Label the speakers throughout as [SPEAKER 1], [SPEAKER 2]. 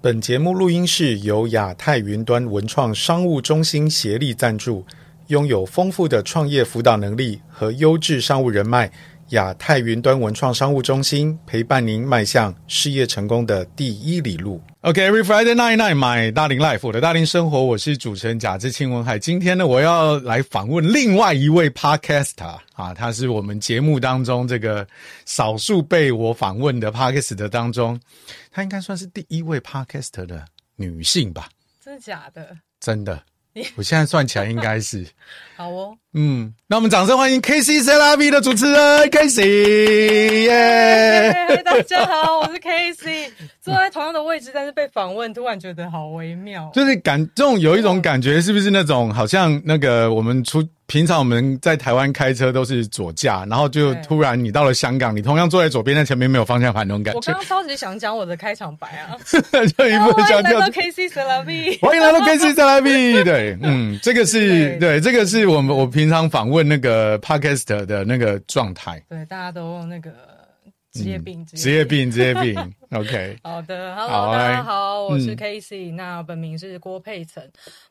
[SPEAKER 1] 本节目录音室由亚太云端文创商务中心协力赞助。拥有丰富的创业辅导能力和优质商务人脉，亚太云端文创商务中心陪伴您迈向事业成功的第一里路。OK，Every、Friday night night，买大龄 life，我的大龄生活，我是主持人贾志清文海。今天呢，我要来访问另外一位 Podcaster 啊，他是我们节目当中这个少数被我访问的 Podcaster 当中，他应该算是第一位 Podcaster 的女性吧？
[SPEAKER 2] 真的假的？
[SPEAKER 1] 真的，我现在算起来应该是。
[SPEAKER 2] 好哦，
[SPEAKER 1] 嗯，那我们掌声欢迎 K C C L V 的主持人 K C，耶！
[SPEAKER 2] 嗨，大家好，我是 k c 坐在同样的位置，但是被访问，突然觉得好微妙。
[SPEAKER 1] 就是感这种有一种感觉，是不是那种好像那个我们出平常我们在台湾开车都是左驾，然后就
[SPEAKER 2] 对
[SPEAKER 1] 突然你到了香港，你同样坐在左边，但前面没有方向盘那种感
[SPEAKER 2] 我
[SPEAKER 1] 觉
[SPEAKER 2] 刚，刚超级想讲我的开场白 啊，
[SPEAKER 1] 就一
[SPEAKER 2] 欢
[SPEAKER 1] 步
[SPEAKER 2] 迎
[SPEAKER 1] 就
[SPEAKER 2] 来
[SPEAKER 1] 跳
[SPEAKER 2] 到
[SPEAKER 1] 出。
[SPEAKER 2] KC c e l a v i
[SPEAKER 1] 欢迎来到 K C C L V，对，嗯，这个是
[SPEAKER 2] 对
[SPEAKER 1] 对，这个是我们我平常访问那个 Podcast 的那个状态，
[SPEAKER 2] 对，大家都那个职业病，
[SPEAKER 1] 职业。病，职业 病，OK，
[SPEAKER 2] 好的，Hello，
[SPEAKER 1] 好
[SPEAKER 2] 大
[SPEAKER 1] 来
[SPEAKER 2] 家好，我是
[SPEAKER 1] 嗯
[SPEAKER 2] k c 那本名是郭佩岑，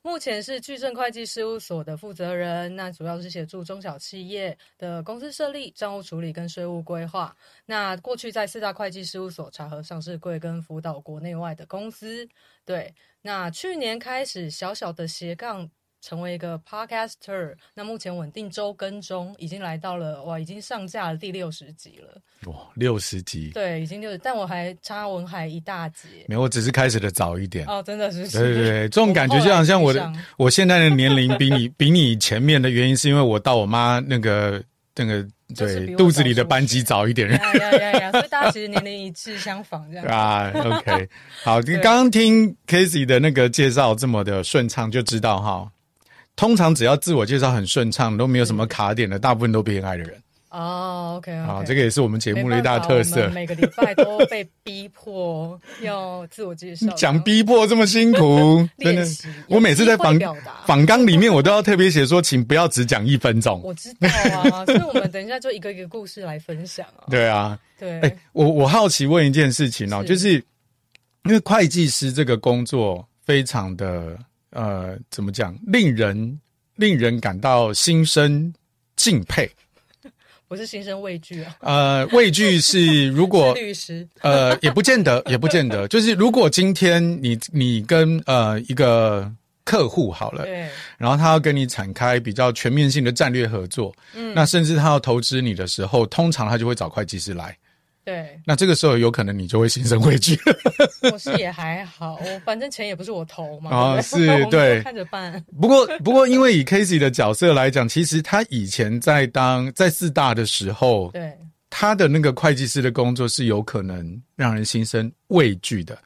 [SPEAKER 2] 目前是巨盛会计事务所的负责人，那主要是协助中小企业的公司设立、账务处理跟税务规划。那过去在四大会计事务所查核上市柜跟辅导国内外的公司。对，那去年开始小小的斜杠。成为一个 podcaster，那目前稳定周更中，已经来到了哇，已经上架了第六十集了。
[SPEAKER 1] 哇，六十集，
[SPEAKER 2] 对，已经六十，但我还差文海一大截。
[SPEAKER 1] 没有，我只是开始的早一点。
[SPEAKER 2] 哦，真的是，
[SPEAKER 1] 对对对，这种感觉就好像我的
[SPEAKER 2] 我后来遇上
[SPEAKER 1] 我现在的年龄比 你比你前面的原因，是因为我到我妈那个那个
[SPEAKER 2] 就是
[SPEAKER 1] 对
[SPEAKER 2] 比我
[SPEAKER 1] 肚子里的班级
[SPEAKER 2] 早
[SPEAKER 1] 早一点。
[SPEAKER 2] 呀呀呀呀！所以大家其实年龄一致相仿这 样。
[SPEAKER 1] 啊，OK，好， 刚刚听 Casey 的那个介绍这么的顺畅，就知道哈。通常只要自我介绍很顺畅，都没有什么卡点的，大部分都偏爱的人
[SPEAKER 2] 哦，OK
[SPEAKER 1] 啊
[SPEAKER 2] OK，，
[SPEAKER 1] 这个也是我们节目的一大特色。
[SPEAKER 2] 每个礼拜都被逼迫要自我介绍，
[SPEAKER 1] 讲逼迫这么辛 苦，真的
[SPEAKER 2] 练习，
[SPEAKER 1] 我每次在访
[SPEAKER 2] 有机会表达
[SPEAKER 1] 访纲里面，我都要特别写说，请不要只讲一分钟。
[SPEAKER 2] 我知道啊， 所以我们等一下就一个一个故事来分享啊。
[SPEAKER 1] 对啊，
[SPEAKER 2] 对，
[SPEAKER 1] 哎、我我好奇问一件事情哦，
[SPEAKER 2] 是
[SPEAKER 1] 就是因为会计师这个工作非常的呃，怎么讲，令人令人感到心生敬佩。
[SPEAKER 2] 我是心生畏惧啊，
[SPEAKER 1] 呃，畏惧是如
[SPEAKER 2] 是
[SPEAKER 1] 果
[SPEAKER 2] 律师，
[SPEAKER 1] 呃，也不见得，也不见得，就是如果今天你你跟呃一个客户好了，
[SPEAKER 2] 对，
[SPEAKER 1] 然后他要跟你展开比较全面性的战略合作，嗯，那甚至他要投资你的时候，通常他就会找会计师来，
[SPEAKER 2] 对，
[SPEAKER 1] 那这个时候有可能你就会心生畏惧。
[SPEAKER 2] 我是也还好，我反正钱也不是我投嘛，
[SPEAKER 1] 哦
[SPEAKER 2] 对不对
[SPEAKER 1] 是
[SPEAKER 2] 我们就
[SPEAKER 1] 对
[SPEAKER 2] 看着办，
[SPEAKER 1] 不过，不过，因为以 Casey 的角色来讲，其实他以前在当在四大的时候，
[SPEAKER 2] 对，
[SPEAKER 1] 他的那个会计师的工作是有可能让人心生畏惧的，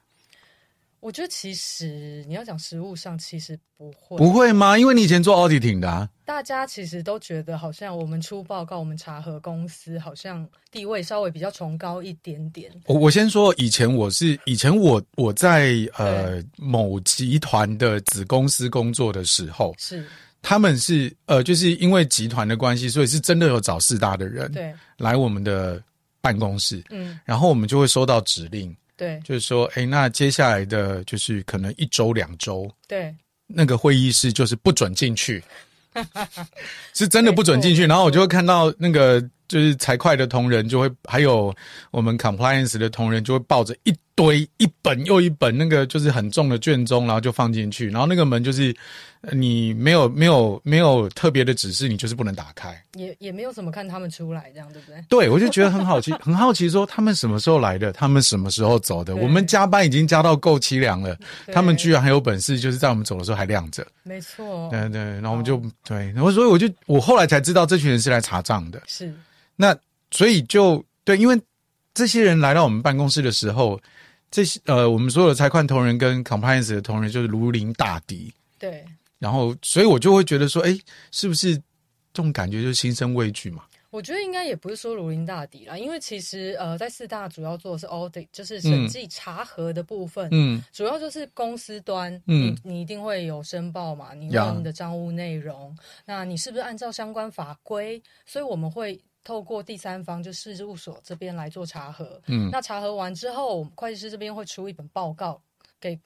[SPEAKER 2] 我觉得其实你要讲实物上，其实不会，
[SPEAKER 1] 不会吗？因为你以前做 auditing 的、啊，
[SPEAKER 2] 大家其实都觉得好像我们出报告，我们查核公司好像地位稍微比较崇高一点点。
[SPEAKER 1] 我我先说，以前我是以前我我在呃某集团的子公司工作的时候，
[SPEAKER 2] 是
[SPEAKER 1] 他们是呃就是因为集团的关系，所以是真的有找四大的人
[SPEAKER 2] 对，
[SPEAKER 1] 来我们的办公室，
[SPEAKER 2] 嗯，
[SPEAKER 1] 然后我们就会收到指令。
[SPEAKER 2] 对
[SPEAKER 1] 就是说，哎，那接下来的就是可能一周、两周，
[SPEAKER 2] 对，
[SPEAKER 1] 那个会议室就是不准进去，是真的不准进去。然后我就会看到那个就是财会的同仁就会，还有我们 compliance 的同仁就会抱着一堆一本又一本那个就是很重的卷宗，然后就放进去。然后那个门就是呃你没有没有没有特别的指示，你就是不能打开。
[SPEAKER 2] 也也没有怎么看他们出来，这样对不对？
[SPEAKER 1] 对，我就觉得很好奇，很好奇，说他们什么时候来的，他们什么时候走的？
[SPEAKER 2] 对
[SPEAKER 1] 我们加班已经加到够凄凉了，
[SPEAKER 2] 对
[SPEAKER 1] 他们居然还有本事，就是在我们走的时候还亮着。
[SPEAKER 2] 没错，
[SPEAKER 1] 对对，然后我们就、
[SPEAKER 2] 哦
[SPEAKER 1] 对，然后所以我就我后来才知道，这群人是来查账的。
[SPEAKER 2] 是
[SPEAKER 1] 那所以就对，因为这些人来到我们办公室的时候，这些呃，我们所有的财会同仁跟 compliance 的同仁就是如临大敌，
[SPEAKER 2] 对。
[SPEAKER 1] 然后所以我就会觉得说，哎，是不是这种感觉就是心生畏惧嘛？
[SPEAKER 2] 我觉得应该也不是说如临大敌啦，因为其实呃，在四大主要做的是 audit，就是审计查核的部分。
[SPEAKER 1] 嗯
[SPEAKER 2] 主要就是公司端，
[SPEAKER 1] 嗯
[SPEAKER 2] 嗯，你一定会有申报嘛，你会
[SPEAKER 1] 呀
[SPEAKER 2] 有你的账务内容，那你是不是按照相关法规？所以我们会透过第三方，就事务所这边来做查核。
[SPEAKER 1] 嗯
[SPEAKER 2] 那查核完之后，我们会计师这边会出一本报告。给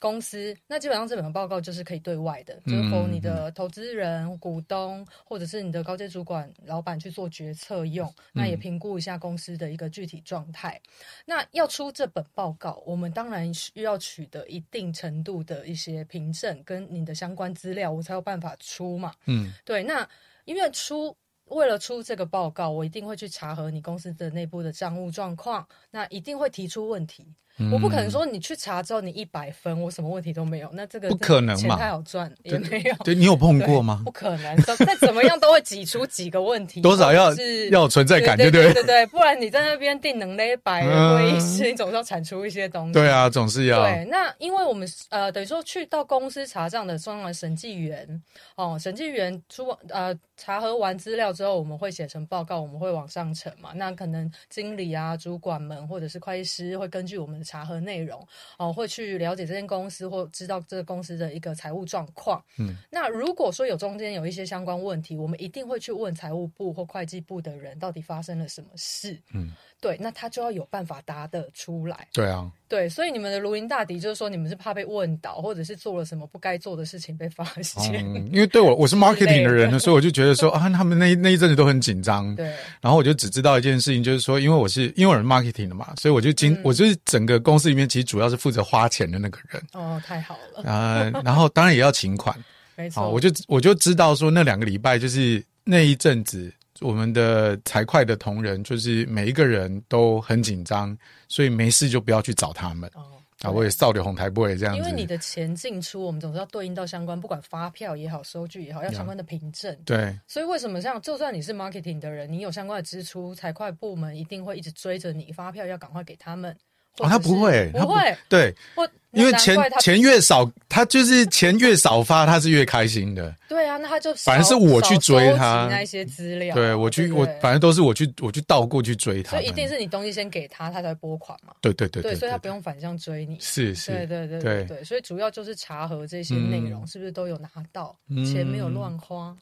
[SPEAKER 2] 公司。那基本上这本报告就是可以对外的，
[SPEAKER 1] 嗯
[SPEAKER 2] 就是否你的投资人、股东或者是你的高阶主管、老板去做决策用。
[SPEAKER 1] 嗯
[SPEAKER 2] 那也评估一下公司的一个具体状态。那要出这本报告，我们当然需要取得一定程度的一些凭证跟你的相关资料，我才有办法出嘛。
[SPEAKER 1] 嗯
[SPEAKER 2] 对，那因为出为了出这个报告，我一定会去查核你公司的内部的账务状况，那一定会提出问题。
[SPEAKER 1] 嗯
[SPEAKER 2] 我不可能说你去查之后你一百分，我什么问题都没有，那这个
[SPEAKER 1] 不可能嘛
[SPEAKER 2] 钱太好赚也没有。
[SPEAKER 1] 对你有碰
[SPEAKER 2] 对
[SPEAKER 1] 过吗
[SPEAKER 2] 不？可能，都再怎么样都会挤出几个问题，
[SPEAKER 1] 多少要
[SPEAKER 2] 或者是
[SPEAKER 1] 要有存在感，
[SPEAKER 2] 对
[SPEAKER 1] 对不
[SPEAKER 2] 对对，
[SPEAKER 1] 对？
[SPEAKER 2] 不然你在那边定能勒白
[SPEAKER 1] 嗯
[SPEAKER 2] 会议室，你总是要产出一些东西。
[SPEAKER 1] 对啊，总是要
[SPEAKER 2] 对，那因为我们呃，等于说去到公司查账的，当然审计员哦，审计员出呃查核完资料之后，我们会写成报告，我们会往上呈嘛。那可能经理啊、主管们或者是会计师会根据我们的查核内容哦，会去了解这间公司或知道这个公司的一个财务状况。
[SPEAKER 1] 嗯，
[SPEAKER 2] 那如果说有中间有一些相关问题，我们一定会去问财务部或会计部的人到底发生了什么事。
[SPEAKER 1] 嗯，
[SPEAKER 2] 对，那他就要有办法答得出来。
[SPEAKER 1] 对啊，
[SPEAKER 2] 对，所以你们的如临大敌，就是说你们是怕被问倒，或者是做了什么不该做的事情被发 现。
[SPEAKER 1] 嗯，因为对我我是 marketing 的人呢，所以我就觉得说啊，他们那一那一阵子都很紧张，
[SPEAKER 2] 对，
[SPEAKER 1] 然后我就只知道一件事情，就是说，因为我是因为我是 marketing 的嘛，所以我就经、
[SPEAKER 2] 嗯
[SPEAKER 1] 我就是整个公司里面其实主要是负责花钱的那个 人，
[SPEAKER 2] 哦，太好了，
[SPEAKER 1] 呃，然后当然也要请款，
[SPEAKER 2] 没错，
[SPEAKER 1] 好，我就我就知道说那两个礼拜就是那一阵子，我们的财会的同仁就是每一个人都很紧张，所以没事就不要去找他们
[SPEAKER 2] 哦，
[SPEAKER 1] 啊，我也扫点红台不会这样子，
[SPEAKER 2] 因为你的钱进出，我们总是要对应到相关，不管发票也好，收据也好，要相关的凭证。
[SPEAKER 1] 对
[SPEAKER 2] 所以为什么像，就算你是 marketing 的人，你有相关的支出，财会部门一定会一直追着你，发票要赶快给他们。
[SPEAKER 1] 哦，他不会，
[SPEAKER 2] 不
[SPEAKER 1] 他
[SPEAKER 2] 会，
[SPEAKER 1] 对，
[SPEAKER 2] 或
[SPEAKER 1] 因为
[SPEAKER 2] 难
[SPEAKER 1] 钱
[SPEAKER 2] 怪他
[SPEAKER 1] 钱越少，他就是钱越少发，他是越开心的。
[SPEAKER 2] 对啊，那他就
[SPEAKER 1] 反而是
[SPEAKER 2] 少
[SPEAKER 1] 我去
[SPEAKER 2] 少
[SPEAKER 1] 追
[SPEAKER 2] 收集
[SPEAKER 1] 他
[SPEAKER 2] 那一些资料，
[SPEAKER 1] 对我去，
[SPEAKER 2] 不
[SPEAKER 1] 我
[SPEAKER 2] 对
[SPEAKER 1] 反正都是我去，我去倒过去追他
[SPEAKER 2] 所
[SPEAKER 1] 们。
[SPEAKER 2] 以一定是你东西先给他，他才会拨款嘛。
[SPEAKER 1] 对对对
[SPEAKER 2] 对，所以他不
[SPEAKER 1] 对
[SPEAKER 2] 用反向追你。
[SPEAKER 1] 是
[SPEAKER 2] 对
[SPEAKER 1] 是，
[SPEAKER 2] 对对
[SPEAKER 1] 对嗯
[SPEAKER 2] 对对，所以主要就是查核这些内容是不是都有拿到，钱没有乱花，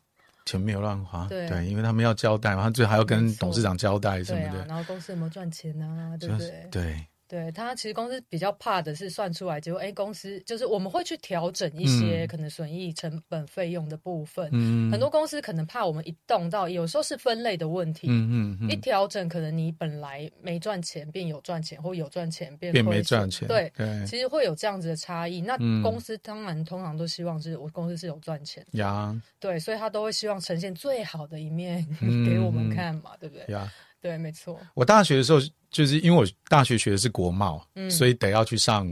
[SPEAKER 1] 钱没有乱花，
[SPEAKER 2] 对
[SPEAKER 1] 对，因为他们要交代嘛，他最后还要跟
[SPEAKER 2] 没错
[SPEAKER 1] 董事长交代什么
[SPEAKER 2] 对啊，
[SPEAKER 1] 的，
[SPEAKER 2] 然后公司有没有赚钱啊，对
[SPEAKER 1] 就
[SPEAKER 2] 不
[SPEAKER 1] 是
[SPEAKER 2] 对？
[SPEAKER 1] 对，
[SPEAKER 2] 对他其实公司比较怕的是算出来，结果哎，公司就是我们会去调整一些
[SPEAKER 1] 嗯
[SPEAKER 2] 可能损益、成本、费用的部分。
[SPEAKER 1] 嗯，
[SPEAKER 2] 很多公司可能怕我们一动到，有时候是分类的问题，
[SPEAKER 1] 嗯，嗯嗯
[SPEAKER 2] 一
[SPEAKER 1] 嗯，
[SPEAKER 2] 调整可能你本来没赚钱变有赚钱，或有赚钱变
[SPEAKER 1] 变
[SPEAKER 2] 亏
[SPEAKER 1] 没
[SPEAKER 2] 损
[SPEAKER 1] 赚钱，
[SPEAKER 2] 对，
[SPEAKER 1] 对
[SPEAKER 2] 其实会有这样子的差异。那
[SPEAKER 1] 嗯
[SPEAKER 2] 公司当然通常都希望是我公司是有赚钱，
[SPEAKER 1] 呀
[SPEAKER 2] 对，所以他都会希望呈现最好的一面
[SPEAKER 1] 嗯
[SPEAKER 2] 给我们看嘛，对不对？
[SPEAKER 1] 呀，
[SPEAKER 2] 对，没错，
[SPEAKER 1] 我大学的时候就是因为我大学学的是国贸，
[SPEAKER 2] 嗯
[SPEAKER 1] 所以得要去上，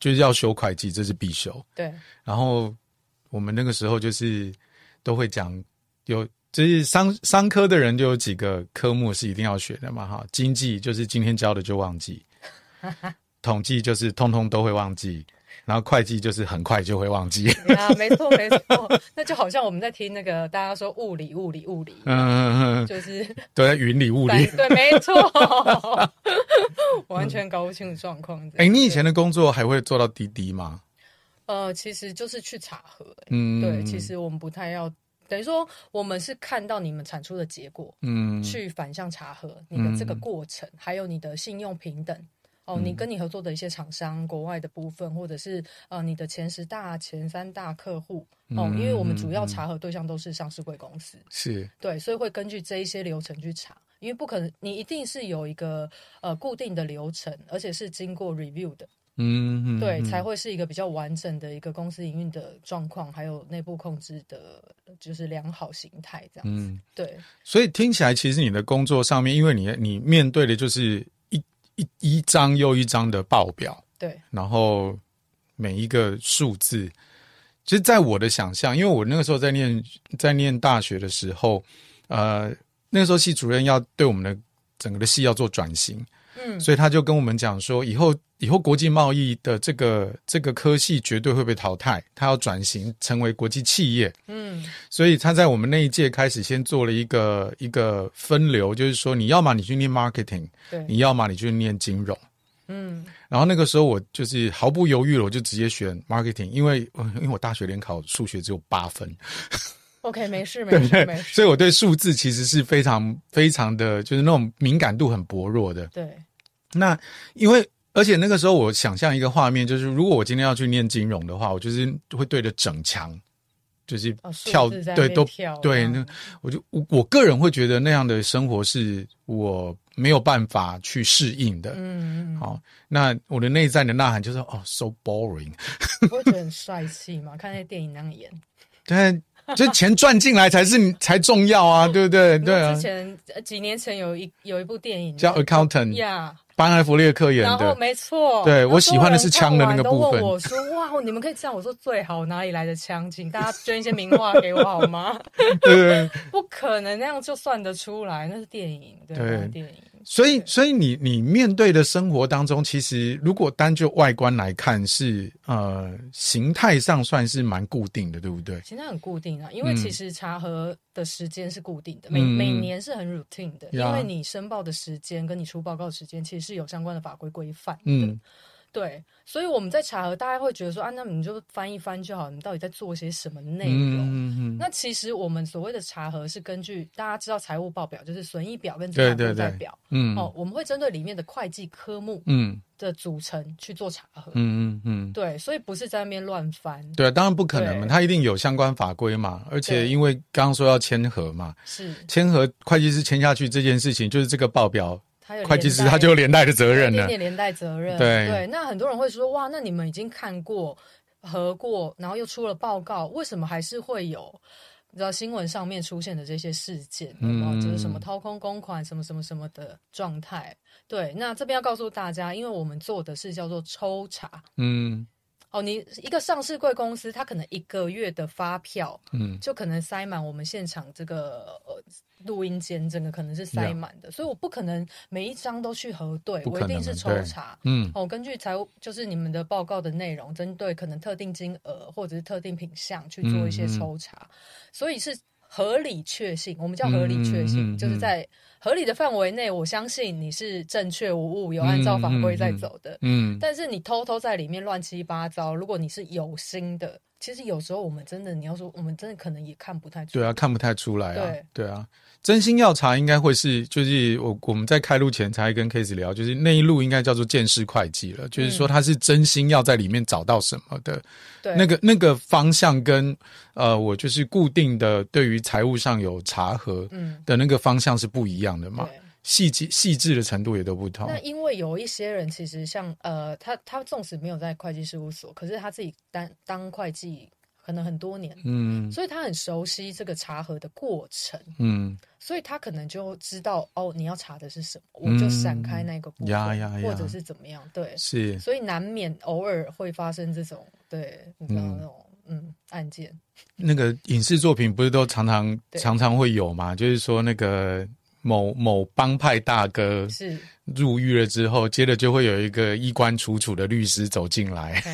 [SPEAKER 1] 就是要修会计，这是必修。
[SPEAKER 2] 对，
[SPEAKER 1] 然后我们那个时候就是都会讲有。就是商商科的人就有几个科目是一定要学的嘛，哈，经济就是今天教的就 忘记，统计就是通通都会忘记，然后会计就是很快就会忘 记，
[SPEAKER 2] 啊，没错没错，那就好像我们在听那个大家说物理物理物理，
[SPEAKER 1] 嗯，嗯嗯嗯
[SPEAKER 2] 就是
[SPEAKER 1] 都在云里雾
[SPEAKER 2] 反
[SPEAKER 1] 里。
[SPEAKER 2] 对，没 错，完全搞不清楚状况。
[SPEAKER 1] 哎、你以前的工作还会做到滴滴吗？
[SPEAKER 2] 呃，其实就是去查核、欸
[SPEAKER 1] 嗯，
[SPEAKER 2] 对，其，实我们不太要，等于说我们是看到你们产出的结果，
[SPEAKER 1] 嗯，
[SPEAKER 2] 去反向查核你的这个过程，还有你的信用平等。哦，
[SPEAKER 1] 嗯
[SPEAKER 2] 你跟你合作的一些厂商，国外的部分，或者是呃你的前十大、前三大客户哦，因为我们主
[SPEAKER 1] 嗯
[SPEAKER 2] 要查核对象都是上市贵公司，
[SPEAKER 1] 是，
[SPEAKER 2] 对，所以会根据这一些流程去查，因为不可能你一定是有一个呃固定的流程，而且是经过 review 的，
[SPEAKER 1] 嗯，嗯
[SPEAKER 2] 对，
[SPEAKER 1] 嗯
[SPEAKER 2] 才会是一个比较完整的一个公司营运的状况，还有内部控制的，就是良好形态这样子，
[SPEAKER 1] 嗯，
[SPEAKER 2] 对，
[SPEAKER 1] 所以听起来，其实你的工作上面，因为你你面对的就是一一一张又一张的报表，
[SPEAKER 2] 对，
[SPEAKER 1] 然后每一个数字，其实，在我的想象，因为我那个时候在念在念大学的时候，呃，那个时候系主任要对我们的整个的系要做转型，
[SPEAKER 2] 嗯，
[SPEAKER 1] 所以他就跟我们讲说，以后以后国际贸易的这个这个科系绝对会被淘汰，他要转型成为国际企业。
[SPEAKER 2] 嗯，
[SPEAKER 1] 所以他在我们那一届开始先做了一个一个分流，就是说你要么你去念 marketing，
[SPEAKER 2] 对，
[SPEAKER 1] 你要么你去念金融。
[SPEAKER 2] 嗯。
[SPEAKER 1] 然后那个时候我就是毫不犹豫了，我就直接选 marketing，因为因为我大学联考数学只有八分，
[SPEAKER 2] OK，没事没事没事，
[SPEAKER 1] 所以我对数字其实是非常非常的，就是那种敏感度很薄弱的。
[SPEAKER 2] 对，
[SPEAKER 1] 那因为而且那个时候，我想象一个画面，就是如果我今天要去念金融的话，我就是会对着整墙，就是
[SPEAKER 2] 哦数
[SPEAKER 1] 跳，
[SPEAKER 2] 字在那
[SPEAKER 1] 对，
[SPEAKER 2] 边
[SPEAKER 1] 都
[SPEAKER 2] 跳
[SPEAKER 1] 对。
[SPEAKER 2] 嗯
[SPEAKER 1] 那我就我我个人会觉得那样的生活是我没有办法去适应的。
[SPEAKER 2] 嗯，
[SPEAKER 1] 好，那我的内在的呐喊就是哦，so boring。
[SPEAKER 2] 你不会觉得很帅气吗？看那电影那样演，
[SPEAKER 1] 但这钱赚进来才是你才重要啊，对 不对？
[SPEAKER 2] 你
[SPEAKER 1] 对
[SPEAKER 2] 知道
[SPEAKER 1] 啊
[SPEAKER 2] 之，前呃几年前有一有一部电影
[SPEAKER 1] 叫 accountant，
[SPEAKER 2] 呀，
[SPEAKER 1] 班艾弗列克演
[SPEAKER 2] 然后
[SPEAKER 1] 的，
[SPEAKER 2] 没错，
[SPEAKER 1] 对
[SPEAKER 2] 然后
[SPEAKER 1] 我喜欢的是枪的那个
[SPEAKER 2] 所有人看完
[SPEAKER 1] 部分
[SPEAKER 2] 都问我说：“哇，你们可以这样。”我说：“最好哪里来的枪？请大家捐一些名画给我好吗？
[SPEAKER 1] 对对。
[SPEAKER 2] 不可能那样就算得出来，那是电影，对，
[SPEAKER 1] 对
[SPEAKER 2] 那是电影。
[SPEAKER 1] 所以，所以你你面对的生活当中，其实如果单就外观来看是，呃形态上算是蛮固定的，对不对？
[SPEAKER 2] 其实它很固定啊，因为
[SPEAKER 1] 嗯
[SPEAKER 2] 其实茶核的时间是固定的，每
[SPEAKER 1] 嗯
[SPEAKER 2] 每年是很 routine 的，
[SPEAKER 1] 呀
[SPEAKER 2] 因为你申报的时间跟你出报告的时间其实是有相关的法规规范的。
[SPEAKER 1] 嗯，
[SPEAKER 2] 对，所以我们在茶核，大家会觉得说啊，那你就翻一翻就好，你到底在做些什么内容？
[SPEAKER 1] 嗯嗯嗯
[SPEAKER 2] 那其实我们所谓的茶核是根据大家知道财务报表就是损益表跟资
[SPEAKER 1] 对
[SPEAKER 2] 产
[SPEAKER 1] 对
[SPEAKER 2] 负债
[SPEAKER 1] 对
[SPEAKER 2] 表
[SPEAKER 1] 嗯
[SPEAKER 2] 哦，我们会针对里面的会计科目
[SPEAKER 1] 嗯
[SPEAKER 2] 的组成去做茶核。
[SPEAKER 1] 嗯嗯嗯，
[SPEAKER 2] 对，所以不是在那边乱翻，
[SPEAKER 1] 对啊，当然不可能嘛，
[SPEAKER 2] 对
[SPEAKER 1] 它一定有相关法规嘛，而且
[SPEAKER 2] 对
[SPEAKER 1] 因为刚刚说要签合嘛，
[SPEAKER 2] 是
[SPEAKER 1] 签合会计师签下去这件事情，就是这个报表
[SPEAKER 2] 它有
[SPEAKER 1] 会计师
[SPEAKER 2] 连带
[SPEAKER 1] 他就有连带的责任
[SPEAKER 2] 一
[SPEAKER 1] 了
[SPEAKER 2] 点，点连带责任。
[SPEAKER 1] 对
[SPEAKER 2] 那很多人会说，哇，那你们已经看过、核过，然后又出了报告，为什么还是会有？你知道新闻上面出现的这些事件，有没有
[SPEAKER 1] 嗯
[SPEAKER 2] 就是什么掏空公款、什么什么什么的状态？对，那这边要告诉大家，因为我们做的是叫做抽查
[SPEAKER 1] 嗯
[SPEAKER 2] 哦，你一个上市贵公司，它可能一个月的发票
[SPEAKER 1] 嗯
[SPEAKER 2] 就可能塞满我们现场这个呃录音间，整个可能是塞
[SPEAKER 1] Yeah
[SPEAKER 2] 满的所以我不可能每一张都去核对，
[SPEAKER 1] 不
[SPEAKER 2] 我
[SPEAKER 1] 可
[SPEAKER 2] 一
[SPEAKER 1] 能
[SPEAKER 2] 定是
[SPEAKER 1] 的
[SPEAKER 2] 抽
[SPEAKER 1] 对
[SPEAKER 2] 查。
[SPEAKER 1] 嗯
[SPEAKER 2] 哦，根据财务就是你们的报告的内容，针对可能特定金额或者是特定品项去做一
[SPEAKER 1] 嗯
[SPEAKER 2] 些抽查，所以是合理确信，我们叫合理确信，
[SPEAKER 1] 嗯嗯嗯
[SPEAKER 2] 就是在合理的范围内，我相信你是正确无误，有按照法规在走的。
[SPEAKER 1] 嗯，
[SPEAKER 2] 但是你偷偷在里面乱七八糟，如果你是有心的，其实有时候我们真的，你要说我们真的可能也看不太出
[SPEAKER 1] 对
[SPEAKER 2] 来。
[SPEAKER 1] 啊，看不太出来啊
[SPEAKER 2] 对。
[SPEAKER 1] 对啊，真心要查应该会是，就是我我们在开录前才跟 Case 聊，就是那一路应该叫做见识会计了，就是说他是真心要在里面找到什么的，
[SPEAKER 2] 对
[SPEAKER 1] 那个那个方向跟呃，我就是固定的对于财务上有查核
[SPEAKER 2] 嗯，
[SPEAKER 1] 的那个方向是不一样的嘛，
[SPEAKER 2] 对。
[SPEAKER 1] 细节细致的程度也都不同
[SPEAKER 2] 那。因为有一些人其实像呃，他他纵使没有在会计事务所，可是他自己当当会计可能很多年，
[SPEAKER 1] 嗯
[SPEAKER 2] 所以他很熟悉这个查核的过程，
[SPEAKER 1] 嗯
[SPEAKER 2] 所以他可能就知道哦，你要查的是什么，我就闪开那个部分，
[SPEAKER 1] 嗯呀呀呀
[SPEAKER 2] 或者是怎么样，对，
[SPEAKER 1] 是。
[SPEAKER 2] 所以难免偶尔会发生这种对，你知道
[SPEAKER 1] 嗯
[SPEAKER 2] 那种嗯案件，
[SPEAKER 1] 那个影视作品不是都常常
[SPEAKER 2] 对
[SPEAKER 1] 常常会有嘛？就是说那个某某帮派大哥
[SPEAKER 2] 是，
[SPEAKER 1] 入狱了之后，接着就会有一个衣冠楚楚的律师走进来，
[SPEAKER 2] 嘿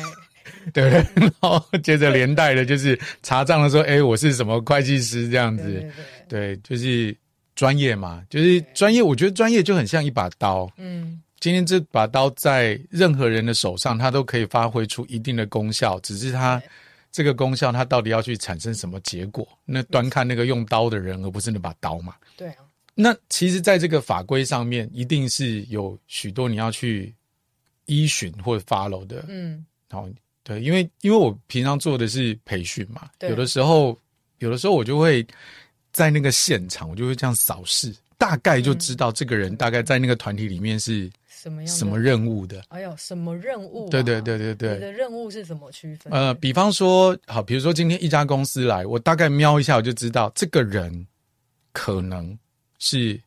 [SPEAKER 1] 对不对？然后接着连带的就是查账的说，哎，我是什么会计师这样
[SPEAKER 2] 对对
[SPEAKER 1] 子，
[SPEAKER 2] 对对，
[SPEAKER 1] 对，就是专业嘛，就是专业。我觉得专业就很像一把刀，
[SPEAKER 2] 嗯，
[SPEAKER 1] 今天这把刀在任何人的手上，它都可以发挥出一定的功效，只是它
[SPEAKER 2] 对
[SPEAKER 1] 这个功效它到底要去产生什么结果，那端看那个用刀的人，而不是那把刀嘛。
[SPEAKER 2] 对啊，
[SPEAKER 1] 那其实，在这个法规上面，一定是有许多你要去依循或 follow 的。
[SPEAKER 2] 嗯，
[SPEAKER 1] 然后，对，因为因为我平常做的是培训嘛，
[SPEAKER 2] 对
[SPEAKER 1] 有的时候，有的时候我就会在那个现场，我就会这样扫视，大概
[SPEAKER 2] 嗯
[SPEAKER 1] 就知道这个人大概在那个团体里面是
[SPEAKER 2] 什么样的
[SPEAKER 1] 什么任务的。
[SPEAKER 2] 哎呦，什么任务、啊？
[SPEAKER 1] 对对对对对
[SPEAKER 2] 你的任务是怎么区分？
[SPEAKER 1] 呃，比方说，好，比如说今天一家公司来，我大概瞄一下，我就知道这个人可能是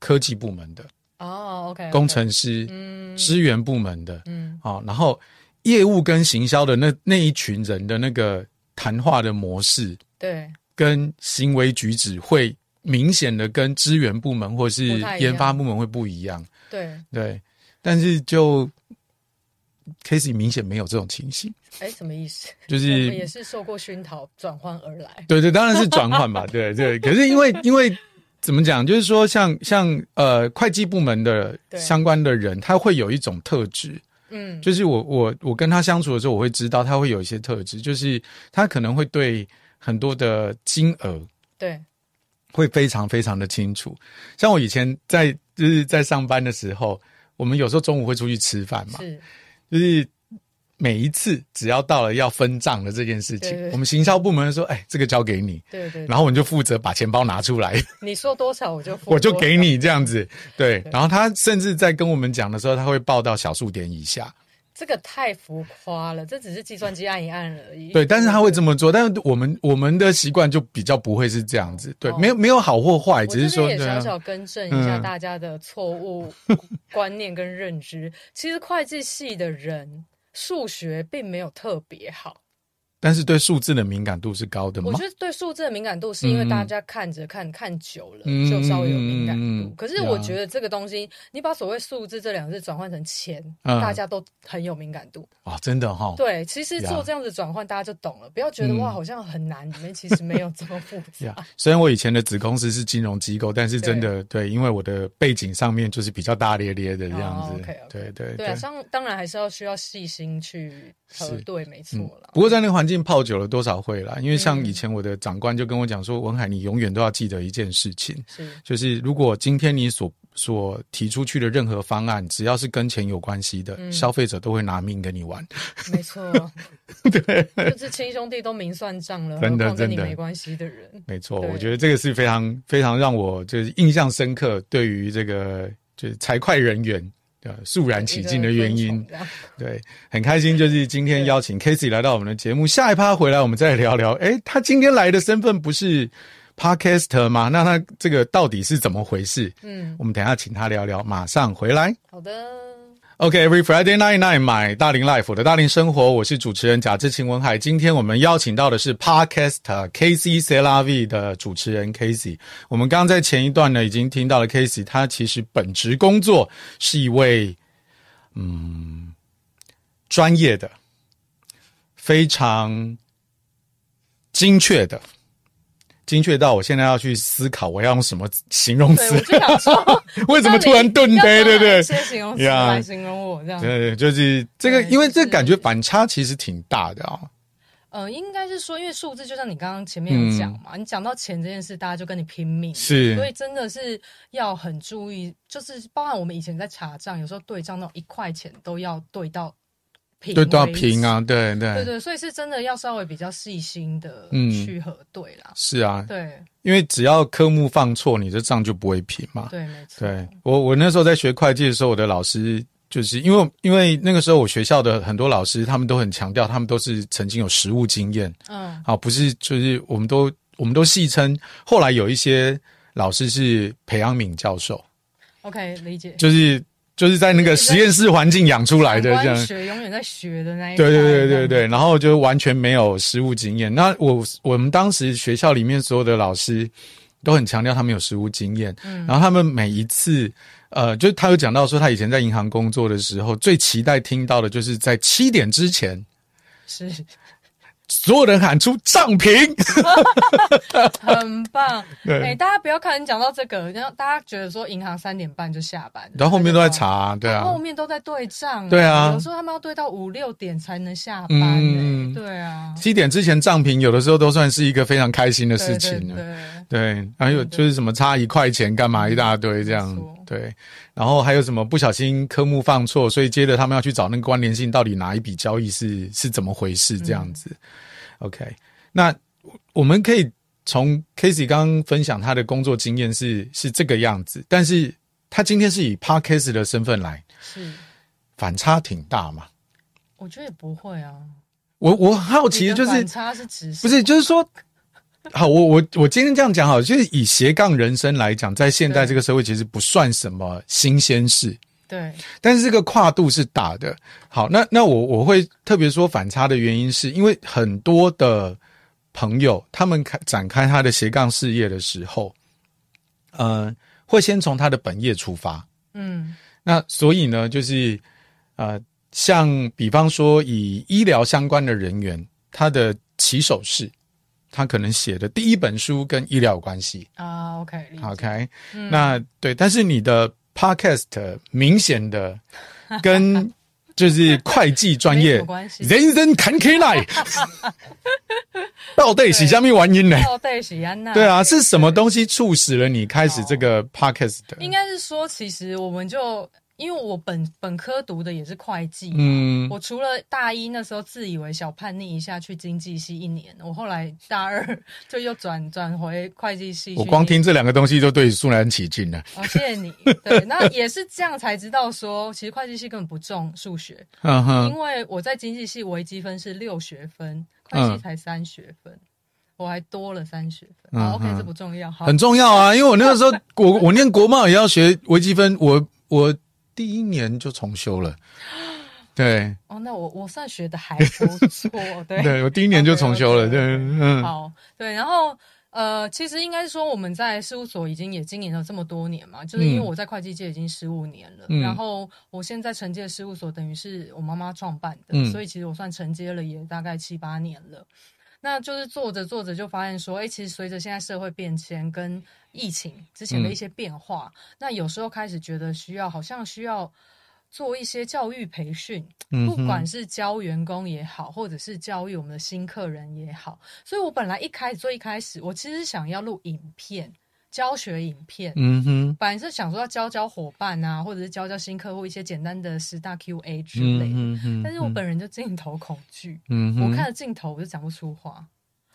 [SPEAKER 1] 科技部门的
[SPEAKER 2] 哦，OK，,
[SPEAKER 1] 工，程师、
[SPEAKER 2] 嗯
[SPEAKER 1] 支援部门的，
[SPEAKER 2] 嗯，
[SPEAKER 1] 好、然后业务跟行销的那那一群人的那个谈话的模式
[SPEAKER 2] 对，
[SPEAKER 1] 跟行为举止会明显的跟支援部门或是
[SPEAKER 2] 不太一样
[SPEAKER 1] 研发部门会不一样，
[SPEAKER 2] 对，
[SPEAKER 1] 对，但是就 Casey 明显没有这种情形，
[SPEAKER 2] 哎，什么意思？
[SPEAKER 1] 就
[SPEAKER 2] 我
[SPEAKER 1] 是
[SPEAKER 2] 们也是受过熏陶转换而来，
[SPEAKER 1] 对对，当然是转换 嘛，对对。可是因为因为怎么讲，就是说像像呃会计部门的
[SPEAKER 2] 对
[SPEAKER 1] 相关的人，他会有一种特质，
[SPEAKER 2] 嗯，
[SPEAKER 1] 就是我我我跟他相处的时候，我会知道他会有一些特质，就是他可能会对很多的金额
[SPEAKER 2] 对，
[SPEAKER 1] 会非常非常的清楚。像我以前在就是在上班的时候。我们有时候中午会出去吃饭嘛，
[SPEAKER 2] 是
[SPEAKER 1] 就是每一次只要到了要分账的这件事
[SPEAKER 2] 对
[SPEAKER 1] 情
[SPEAKER 2] 对，
[SPEAKER 1] 我们行销部门说，哎，这个交给你，
[SPEAKER 2] 对对对，
[SPEAKER 1] 然后我们就负责把钱包拿出来，
[SPEAKER 2] 你说多少我就付
[SPEAKER 1] 我就
[SPEAKER 2] 多
[SPEAKER 1] 给
[SPEAKER 2] 少。
[SPEAKER 1] 你这样子。对
[SPEAKER 2] 对，
[SPEAKER 1] 然后他甚至在跟我们讲的时候，他会报到小数点以下。
[SPEAKER 2] 这个太浮夸了，这只是计算机按一按而已。
[SPEAKER 1] 对，但是他会这么做，但是我们我们的习惯就比较不会是这样子。对
[SPEAKER 2] 哦，
[SPEAKER 1] 没有没有好或坏，
[SPEAKER 2] 我
[SPEAKER 1] 只是
[SPEAKER 2] 这边
[SPEAKER 1] 说
[SPEAKER 2] 也
[SPEAKER 1] 对啊
[SPEAKER 2] 小小更正一下
[SPEAKER 1] 嗯
[SPEAKER 2] 大家的错误观念跟认知。其实会计系的人数学并没有特别好，
[SPEAKER 1] 但是对数字的敏感度是高的吗
[SPEAKER 2] 我？觉得对数字的敏感度是因为
[SPEAKER 1] 嗯
[SPEAKER 2] 大家看着看、看久了
[SPEAKER 1] 嗯
[SPEAKER 2] 就稍微有敏感
[SPEAKER 1] 嗯嗯
[SPEAKER 2] 度。
[SPEAKER 1] 嗯
[SPEAKER 2] 可是我
[SPEAKER 1] 呀
[SPEAKER 2] 觉得这个东西，你把所谓数字这两个字转换成钱，
[SPEAKER 1] 嗯
[SPEAKER 2] 大家都很有敏感度。
[SPEAKER 1] 哦，真的哈、
[SPEAKER 2] 对，其实
[SPEAKER 1] 呀
[SPEAKER 2] 做这样子转换，大家就懂了。不要觉得
[SPEAKER 1] 嗯
[SPEAKER 2] 哇好像很难，里面其实没有这么复杂。
[SPEAKER 1] 呀虽然我以前的子公司是金融机构，但是真的对因为我的背景上面就是比较大咧咧的这样
[SPEAKER 2] 哦
[SPEAKER 1] 子，
[SPEAKER 2] ，OK，OK
[SPEAKER 1] 对对
[SPEAKER 2] 对啊，当当然还是要需要细心去核
[SPEAKER 1] 是
[SPEAKER 2] 对，没错啦。
[SPEAKER 1] 不过在那个环境泡久了，多少会啦。因为像
[SPEAKER 2] 嗯
[SPEAKER 1] 以前我的长官就跟我讲说，文海，你永远都要记得一件事情，
[SPEAKER 2] 是
[SPEAKER 1] 就是如果今天你所所提出去的任何方案，只要是跟钱有关系的，
[SPEAKER 2] 嗯
[SPEAKER 1] 消费者都会拿命跟你玩。
[SPEAKER 2] 没错，对，就是亲兄弟都明算账了，
[SPEAKER 1] 真的
[SPEAKER 2] 何况跟你
[SPEAKER 1] 真的
[SPEAKER 2] 没关系的人，
[SPEAKER 1] 没错，
[SPEAKER 2] 对
[SPEAKER 1] 我觉得这个是非常非常让我就是印象深刻，对于这个就是财会人员呃肃然起敬的原
[SPEAKER 2] 一个
[SPEAKER 1] 因
[SPEAKER 2] 分。宠
[SPEAKER 1] 对，很开心，就是今天邀请 Casey 来到我们的节目，下一趴回来我们再聊聊。诶，他今天来的身份不是 Podcaster 吗？那他这个到底是怎么回事？
[SPEAKER 2] 这样嗯，
[SPEAKER 1] 我们等一下请他聊聊，马上回来。
[SPEAKER 2] 好的。
[SPEAKER 1] OK，Every、Friday Night Night 买大龄 Life 我的大龄生活，我是主持人贾志勤文海。今天我们邀请到的是 Podcast K C C L V 的主持人 K C。我们刚刚在前一段呢，已经听到了 K C，他其实本职工作是一位嗯专业的、非常精确的。精确到我现在要去思考我要用什么形容
[SPEAKER 2] 对，我
[SPEAKER 1] 词，
[SPEAKER 2] 就想 说，
[SPEAKER 1] 为什么突然顿
[SPEAKER 2] 到底
[SPEAKER 1] 呆？
[SPEAKER 2] 要
[SPEAKER 1] 对不
[SPEAKER 2] 用哪
[SPEAKER 1] 对
[SPEAKER 2] 一？些形容词
[SPEAKER 1] 呀
[SPEAKER 2] 来形容我这样。
[SPEAKER 1] 对，就是这个，
[SPEAKER 2] 哦对
[SPEAKER 1] 因为这
[SPEAKER 2] 就是
[SPEAKER 1] 感觉反差其实挺大的啊、
[SPEAKER 2] 呃，应该是说，因为数字就像你刚刚前面有讲嘛，你讲到钱这件事，大家就跟你拼命，
[SPEAKER 1] 嗯是
[SPEAKER 2] 所以真的是要很注意，就是包含我们以前在查账，有时候对账那种一块钱都要对到平，
[SPEAKER 1] 对，都要平。啊，对对
[SPEAKER 2] 对对，所以是真的要稍微比较细心的
[SPEAKER 1] 嗯
[SPEAKER 2] 去核对啦。
[SPEAKER 1] 是啊，
[SPEAKER 2] 对
[SPEAKER 1] 因为只要科目放错，你的账就不会平嘛。
[SPEAKER 2] 对，没错。
[SPEAKER 1] 对我，我那时候在学会计的时候，我的老师就是因为因为那个时候我学校的很多老师，他们都很强调，他们都是曾经有实务经验，
[SPEAKER 2] 嗯，
[SPEAKER 1] 啊，不是就是我们都我们都戏称，后来有一些老师是裴阳敏教授，
[SPEAKER 2] OK，理解。
[SPEAKER 1] 就是就是在那个实验室环境养出来的这样
[SPEAKER 2] 长。官学永远在学的那一
[SPEAKER 1] 对对对
[SPEAKER 2] 派哎这
[SPEAKER 1] 对
[SPEAKER 2] 样
[SPEAKER 1] 对，然后就完全没有实务经验。那我我们当时学校里面所有的老师都很强调他们有实务经验，
[SPEAKER 2] 嗯
[SPEAKER 1] 然后他们每一次，呃，就他有讲到说他以前在银行工作的时候，最期待听到的就是在七点之前，
[SPEAKER 2] 是
[SPEAKER 1] 所有人喊出 账平。
[SPEAKER 2] 很棒。
[SPEAKER 1] 对
[SPEAKER 2] 哎、大家不要看你讲到这个，然后大家觉得说银行三点半就下班，
[SPEAKER 1] 然后后面都在查、
[SPEAKER 2] 大
[SPEAKER 1] 对
[SPEAKER 2] 家就说，
[SPEAKER 1] 啊
[SPEAKER 2] 后，面都在对账、
[SPEAKER 1] 对啊
[SPEAKER 2] 有时候他们要对到五六点才能下班、哎
[SPEAKER 1] 嗯
[SPEAKER 2] 对啊，
[SPEAKER 1] 七点之前账平，有的时候都算是一个非常开心的
[SPEAKER 2] 的
[SPEAKER 1] 事情啊了
[SPEAKER 2] 对。对
[SPEAKER 1] 对，还有
[SPEAKER 2] 真的
[SPEAKER 1] 就是什么差一块钱干嘛一大堆这
[SPEAKER 2] 没
[SPEAKER 1] 样
[SPEAKER 2] 错，
[SPEAKER 1] 对，然后还有什么不小心科目放错，所以接着他们要去找那个关联性到底哪一笔交易是是怎么回事
[SPEAKER 2] 嗯
[SPEAKER 1] 这样子。OK，那我们可以从 Casey 刚刚分享他的工作经验是是这个样子，但是他今天是以 Parkcase 的身份来，
[SPEAKER 2] 是，
[SPEAKER 1] 反差挺大嘛。
[SPEAKER 2] 我觉得也不会啊。
[SPEAKER 1] 我我好奇
[SPEAKER 2] 你的
[SPEAKER 1] 就是
[SPEAKER 2] 反差是指
[SPEAKER 1] 不是，就是说，好，我我我今天这样讲好了，就是以斜杠人生来讲，在现代
[SPEAKER 2] 对
[SPEAKER 1] 这个社会其实不算什么新鲜事，
[SPEAKER 2] 对
[SPEAKER 1] 但是这个跨度是大的。好，那那我我会特别说反差的原因，是因为很多的朋友他们开展开他的斜杠事业的时候，呃，会先从他的本业出发，
[SPEAKER 2] 嗯
[SPEAKER 1] 那所以呢，就是呃，像比方说以医疗相关的人员，他的起手式，他可能写的第一本书跟医疗有关系。
[SPEAKER 2] 啊，OK，理解
[SPEAKER 1] OK，、
[SPEAKER 2] 嗯
[SPEAKER 1] 那对，但是你的 Podcast 明显的 跟就是会计专
[SPEAKER 2] 没什
[SPEAKER 1] 业
[SPEAKER 2] 么关系
[SPEAKER 1] 人人侃侃 来，到底是下面玩音呢？
[SPEAKER 2] 哦，对，哦喜安娜，
[SPEAKER 1] 对啊，是什么东西促使了你开始这个 Podcast 的？
[SPEAKER 2] 应该是说，其实我们就因为我本本科读的也是会计，
[SPEAKER 1] 嗯，
[SPEAKER 2] 我除了大一那时候自以为小叛逆一下去经济系一年，我后来大二 就又转转回会计系去。
[SPEAKER 1] 我光听这两个东西就对你肃然起敬了。
[SPEAKER 2] 哦，谢谢你。对，那也是这样才知道说，其实会计系根本不重数学，
[SPEAKER 1] 嗯哼，
[SPEAKER 2] 因为我在经济系微积分是六学分，会计才三学分，我还多了三学分。
[SPEAKER 1] 嗯
[SPEAKER 2] 好，OK，
[SPEAKER 1] 哼
[SPEAKER 2] 这不重要。好，
[SPEAKER 1] 很重要啊，因为我那个时候我我念国贸也要学微积分，我我第一年就重修了。对
[SPEAKER 2] 哦，那我我算学的还不 错，对。
[SPEAKER 1] 对，我第一年就重修了。
[SPEAKER 2] OK，OK，
[SPEAKER 1] 对，嗯
[SPEAKER 2] 好，对，然后呃，其实应该说我们在事务所已经也经营了这么多年嘛，就是因为
[SPEAKER 1] 嗯
[SPEAKER 2] 我在会计界已经十五年了，
[SPEAKER 1] 嗯
[SPEAKER 2] 然后我现在承接事务所等于是我妈妈创办的，
[SPEAKER 1] 嗯
[SPEAKER 2] 所以其实我算承接了也大概七八年了。那就是做着做着就发现说，哎、其实随着现在社会变迁跟疫情之
[SPEAKER 1] 嗯
[SPEAKER 2] 前的一些变化，那有时候开始觉得需要，好像需要做一些教育培训，
[SPEAKER 1] 嗯
[SPEAKER 2] 不
[SPEAKER 1] 哼
[SPEAKER 2] 管是教员工也好，或者是教育我们的新客人也好，所以我本来一开始最一开始，我其实想要录影片，教学影片。
[SPEAKER 1] 嗯哼
[SPEAKER 2] 本来是想说要教教伙伴啊，或者是教教新客户一些简单的十大 QA 之
[SPEAKER 1] 嗯
[SPEAKER 2] 类的，
[SPEAKER 1] 哼嗯，
[SPEAKER 2] 但是我本人就镜头恐惧，
[SPEAKER 1] 嗯
[SPEAKER 2] 我看着镜头我就讲不出话。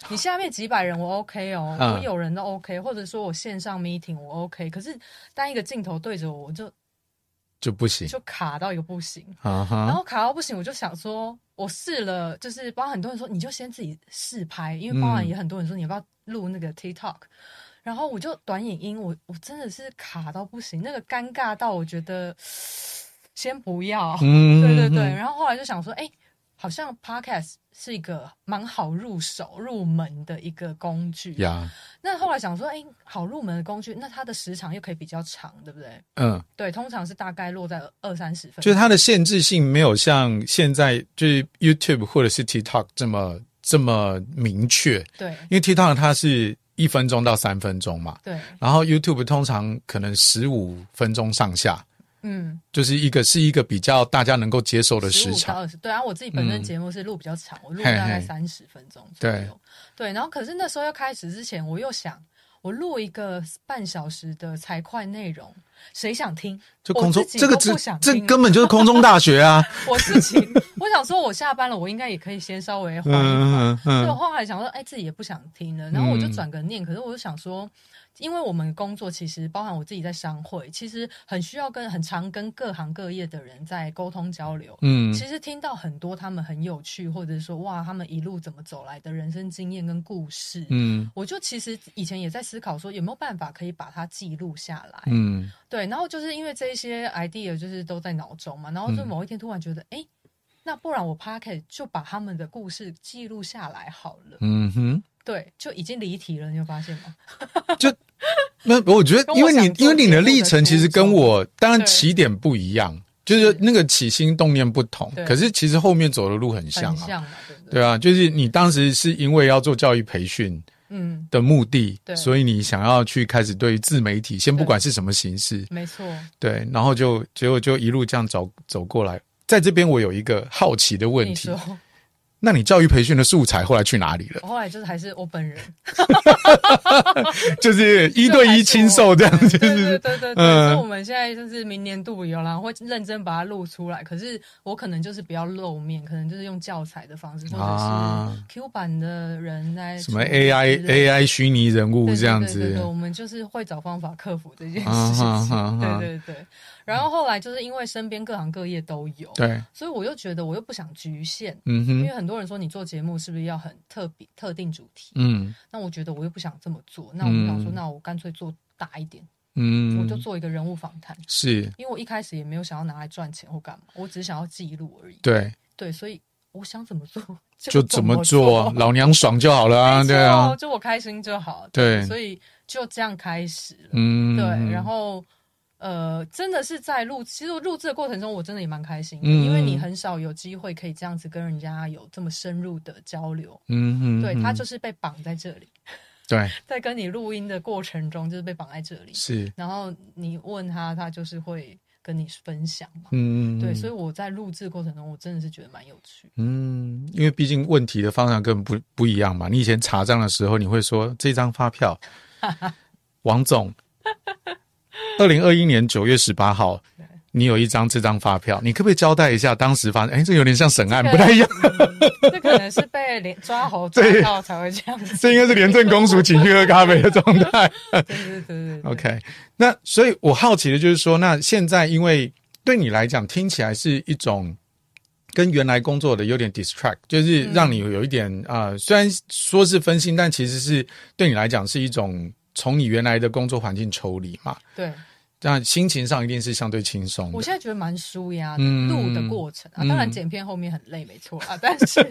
[SPEAKER 2] 你下面几百人我 OK 哦，
[SPEAKER 1] 嗯
[SPEAKER 2] 我有人都 OK，或者说我线上 meeting 我 OK，可是当一个镜头对着我，我就
[SPEAKER 1] 就不行
[SPEAKER 2] 就卡到一个不行。然
[SPEAKER 1] 啊哈，
[SPEAKER 2] 后卡到不行，我就想说，我试了，就是包括很多人说，你就先自己试拍，因为包含
[SPEAKER 1] 嗯
[SPEAKER 2] 也很多人说你要不要录那个 TikTok，、然后我就短影音，我我真的是卡到不行，那个尴尬到我觉得先不要，
[SPEAKER 1] 嗯
[SPEAKER 2] 对对对，然后后来就想说，哎、好像 Podcast 是一个蛮好入手入门的一个工具，
[SPEAKER 1] 呀，
[SPEAKER 2] 那后来想说，哎、好入门的工具，那它的时长又可以比较长，对不对？
[SPEAKER 1] 嗯，
[SPEAKER 2] 对，通常是大概落在二三十分
[SPEAKER 1] 就
[SPEAKER 2] 钟
[SPEAKER 1] 是。它的限制性没有像现在就是 YouTube 或者是 TikTok 这么这么明确，
[SPEAKER 2] 对
[SPEAKER 1] 因为 TikTok 它是一分钟到三分钟嘛，
[SPEAKER 2] 对，
[SPEAKER 1] 然后 YouTube 通常可能十五分钟上下，
[SPEAKER 2] 嗯。
[SPEAKER 1] 就是一个是一个比较大家能够接受的
[SPEAKER 2] 十
[SPEAKER 1] 时
[SPEAKER 2] 五到
[SPEAKER 1] 长。
[SPEAKER 2] 二十，对啊，我自己本身
[SPEAKER 1] 嗯
[SPEAKER 2] 节目是录比较长，我录大概
[SPEAKER 1] 嘿嘿
[SPEAKER 2] 三十分钟左右。
[SPEAKER 1] 对
[SPEAKER 2] 对，然后可是那时候要开始之前，我又想，我录一个半小时的财会内容，谁想听？
[SPEAKER 1] 就空中
[SPEAKER 2] 我自己
[SPEAKER 1] 这个
[SPEAKER 2] 都
[SPEAKER 1] 只
[SPEAKER 2] 不想
[SPEAKER 1] 这
[SPEAKER 2] 听
[SPEAKER 1] 根本就是空中大学 啊！
[SPEAKER 2] 我自 己，我想说，我下班了，我应该也可以先稍微缓一缓。
[SPEAKER 1] 嗯嗯
[SPEAKER 2] 所以我
[SPEAKER 1] 嗯
[SPEAKER 2] 后来想说，哎，自己也不想听了，然后我就
[SPEAKER 1] 嗯
[SPEAKER 2] 转个念。可是我就想说，因为我们工作其实包含我自己在商会，其实很需要跟很常跟各行各业的人在沟通交流。
[SPEAKER 1] 嗯
[SPEAKER 2] 其实听到很多他们很有趣，或者是说哇，他们一路怎么走来的人生经验跟故事，
[SPEAKER 1] 嗯
[SPEAKER 2] 我就其实以前也在思考说有没有办法可以把它记录下来。
[SPEAKER 1] 嗯
[SPEAKER 2] 对，然后就是因为这一些 idea 就是都在脑中嘛，然后就
[SPEAKER 1] 嗯
[SPEAKER 2] 某一天突然觉得，哎、那不然我 p o c a s t 就把他们的故事记录下来好了。
[SPEAKER 1] 嗯哼，
[SPEAKER 2] 对，就已经离题了，你有发现吗？
[SPEAKER 1] 那我觉得，
[SPEAKER 2] 跟我
[SPEAKER 1] 因为你
[SPEAKER 2] 想做
[SPEAKER 1] 因为你的
[SPEAKER 2] 节目的
[SPEAKER 1] 历程其实
[SPEAKER 2] 初
[SPEAKER 1] 跟
[SPEAKER 2] 衷
[SPEAKER 1] 我当然
[SPEAKER 2] 对
[SPEAKER 1] 起点不一样，就是
[SPEAKER 2] 是
[SPEAKER 1] 那个起心动念不同，
[SPEAKER 2] 对
[SPEAKER 1] 可是其实后面走的路很像
[SPEAKER 2] 很
[SPEAKER 1] 啊。
[SPEAKER 2] 像嘛，对不对？
[SPEAKER 1] 对啊，就是你当时是因为要做教育培训
[SPEAKER 2] 嗯，
[SPEAKER 1] 的目的，
[SPEAKER 2] 对
[SPEAKER 1] 所以你想要去开始对自媒体，先不
[SPEAKER 2] 对
[SPEAKER 1] 管是什么形式，
[SPEAKER 2] 没错，
[SPEAKER 1] 对，然后就结果就一路这样走走过来。在这边我有一个好奇的问
[SPEAKER 2] 你
[SPEAKER 1] 题
[SPEAKER 2] 说，，哦
[SPEAKER 1] 那你教育培训的素材后来去哪里了？
[SPEAKER 2] 我后来就是还是我本人，
[SPEAKER 1] 就是一对一亲授这样，就
[SPEAKER 2] 对对
[SPEAKER 1] 是
[SPEAKER 2] 对对对，
[SPEAKER 1] 嗯
[SPEAKER 2] 所以我们现在就是明年度有啦，会认真把它录出来。可是我可能就是不要露面，可能就是用教材的方式，或者
[SPEAKER 1] 啊
[SPEAKER 2] 是 Q 版的人来
[SPEAKER 1] 什么
[SPEAKER 2] 处理
[SPEAKER 1] AI
[SPEAKER 2] 之类的
[SPEAKER 1] AI 虚拟人物
[SPEAKER 2] 对
[SPEAKER 1] 这样
[SPEAKER 2] 对对对对，
[SPEAKER 1] 子，
[SPEAKER 2] 我们就是会找方法克服这件
[SPEAKER 1] 啊
[SPEAKER 2] 事
[SPEAKER 1] 哈
[SPEAKER 2] 情。
[SPEAKER 1] 哈哈
[SPEAKER 2] 对对对，然后后来就是因为身边各行各业都有，
[SPEAKER 1] 对，
[SPEAKER 2] 所以我又觉得我又不想局限，
[SPEAKER 1] 嗯
[SPEAKER 2] 因为
[SPEAKER 1] 哼，
[SPEAKER 2] 很多人说你做节目是不是要很特别特定主题？
[SPEAKER 1] 嗯
[SPEAKER 2] 那我觉得我又不想这么做，那我就想说，
[SPEAKER 1] 嗯
[SPEAKER 2] 那我干脆做大一点，我就
[SPEAKER 1] 嗯，
[SPEAKER 2] 做一个人物访谈。
[SPEAKER 1] 是，
[SPEAKER 2] 因为我一开始也没有想要拿来赚钱或干嘛，我只是想要记录而已。
[SPEAKER 1] 对，
[SPEAKER 2] 对，所以我想怎么做
[SPEAKER 1] 就怎
[SPEAKER 2] 怎
[SPEAKER 1] 么
[SPEAKER 2] 做
[SPEAKER 1] 做，，老娘爽就好了啊，
[SPEAKER 2] 没
[SPEAKER 1] 对
[SPEAKER 2] 错
[SPEAKER 1] 啊，
[SPEAKER 2] 就我开心就好。
[SPEAKER 1] 对
[SPEAKER 2] 所以就这样开始了。
[SPEAKER 1] 嗯，
[SPEAKER 2] 对，然后呃，真的是在录，其实录制的过程中，我真的也蛮开心的，
[SPEAKER 1] 嗯
[SPEAKER 2] 因为你很少有机会可以这样子跟人家有这么深入的交流。
[SPEAKER 1] 嗯哼，
[SPEAKER 2] 对他就是是被绑在这里，
[SPEAKER 1] 对，
[SPEAKER 2] 在跟你录音的过程中，就是被绑在这里。
[SPEAKER 1] 是，
[SPEAKER 2] 然后你问他，他就是会跟你分享嘛。
[SPEAKER 1] 嗯，
[SPEAKER 2] 对，所以
[SPEAKER 1] 以。
[SPEAKER 2] 我在录制过程中，我真的是 觉得蛮有趣。
[SPEAKER 1] 嗯，因为毕竟问题的方向根本不不一样嘛。你以前查账的时候，你会说这张发票，王总，二零二一年九月十八号你有一张这张发票，你可不可以交代一下当时发生？哎，这有点像审案，
[SPEAKER 2] 这个
[SPEAKER 1] 不太一样。
[SPEAKER 2] 这可能是被连抓猴抓
[SPEAKER 1] 对
[SPEAKER 2] 到才会这样子。
[SPEAKER 1] 这应该是廉政公署请去喝咖啡的状态。
[SPEAKER 2] 对对对对对
[SPEAKER 1] OK，那所以我好奇的就是说，那现在因为对你来讲听起来是一种跟原来工作的有点 distract，就是让你有一点啊、呃虽然说是分心，但其实是对你来讲是一种从你原来的工作环境抽离嘛，
[SPEAKER 2] 对，
[SPEAKER 1] 那心情上一定是相对轻松
[SPEAKER 2] 我
[SPEAKER 1] 的。
[SPEAKER 2] 现在觉得蛮舒压的，
[SPEAKER 1] 嗯
[SPEAKER 2] 录的过程啊，
[SPEAKER 1] 嗯
[SPEAKER 2] 当然剪片后面很累，没错啊，但 是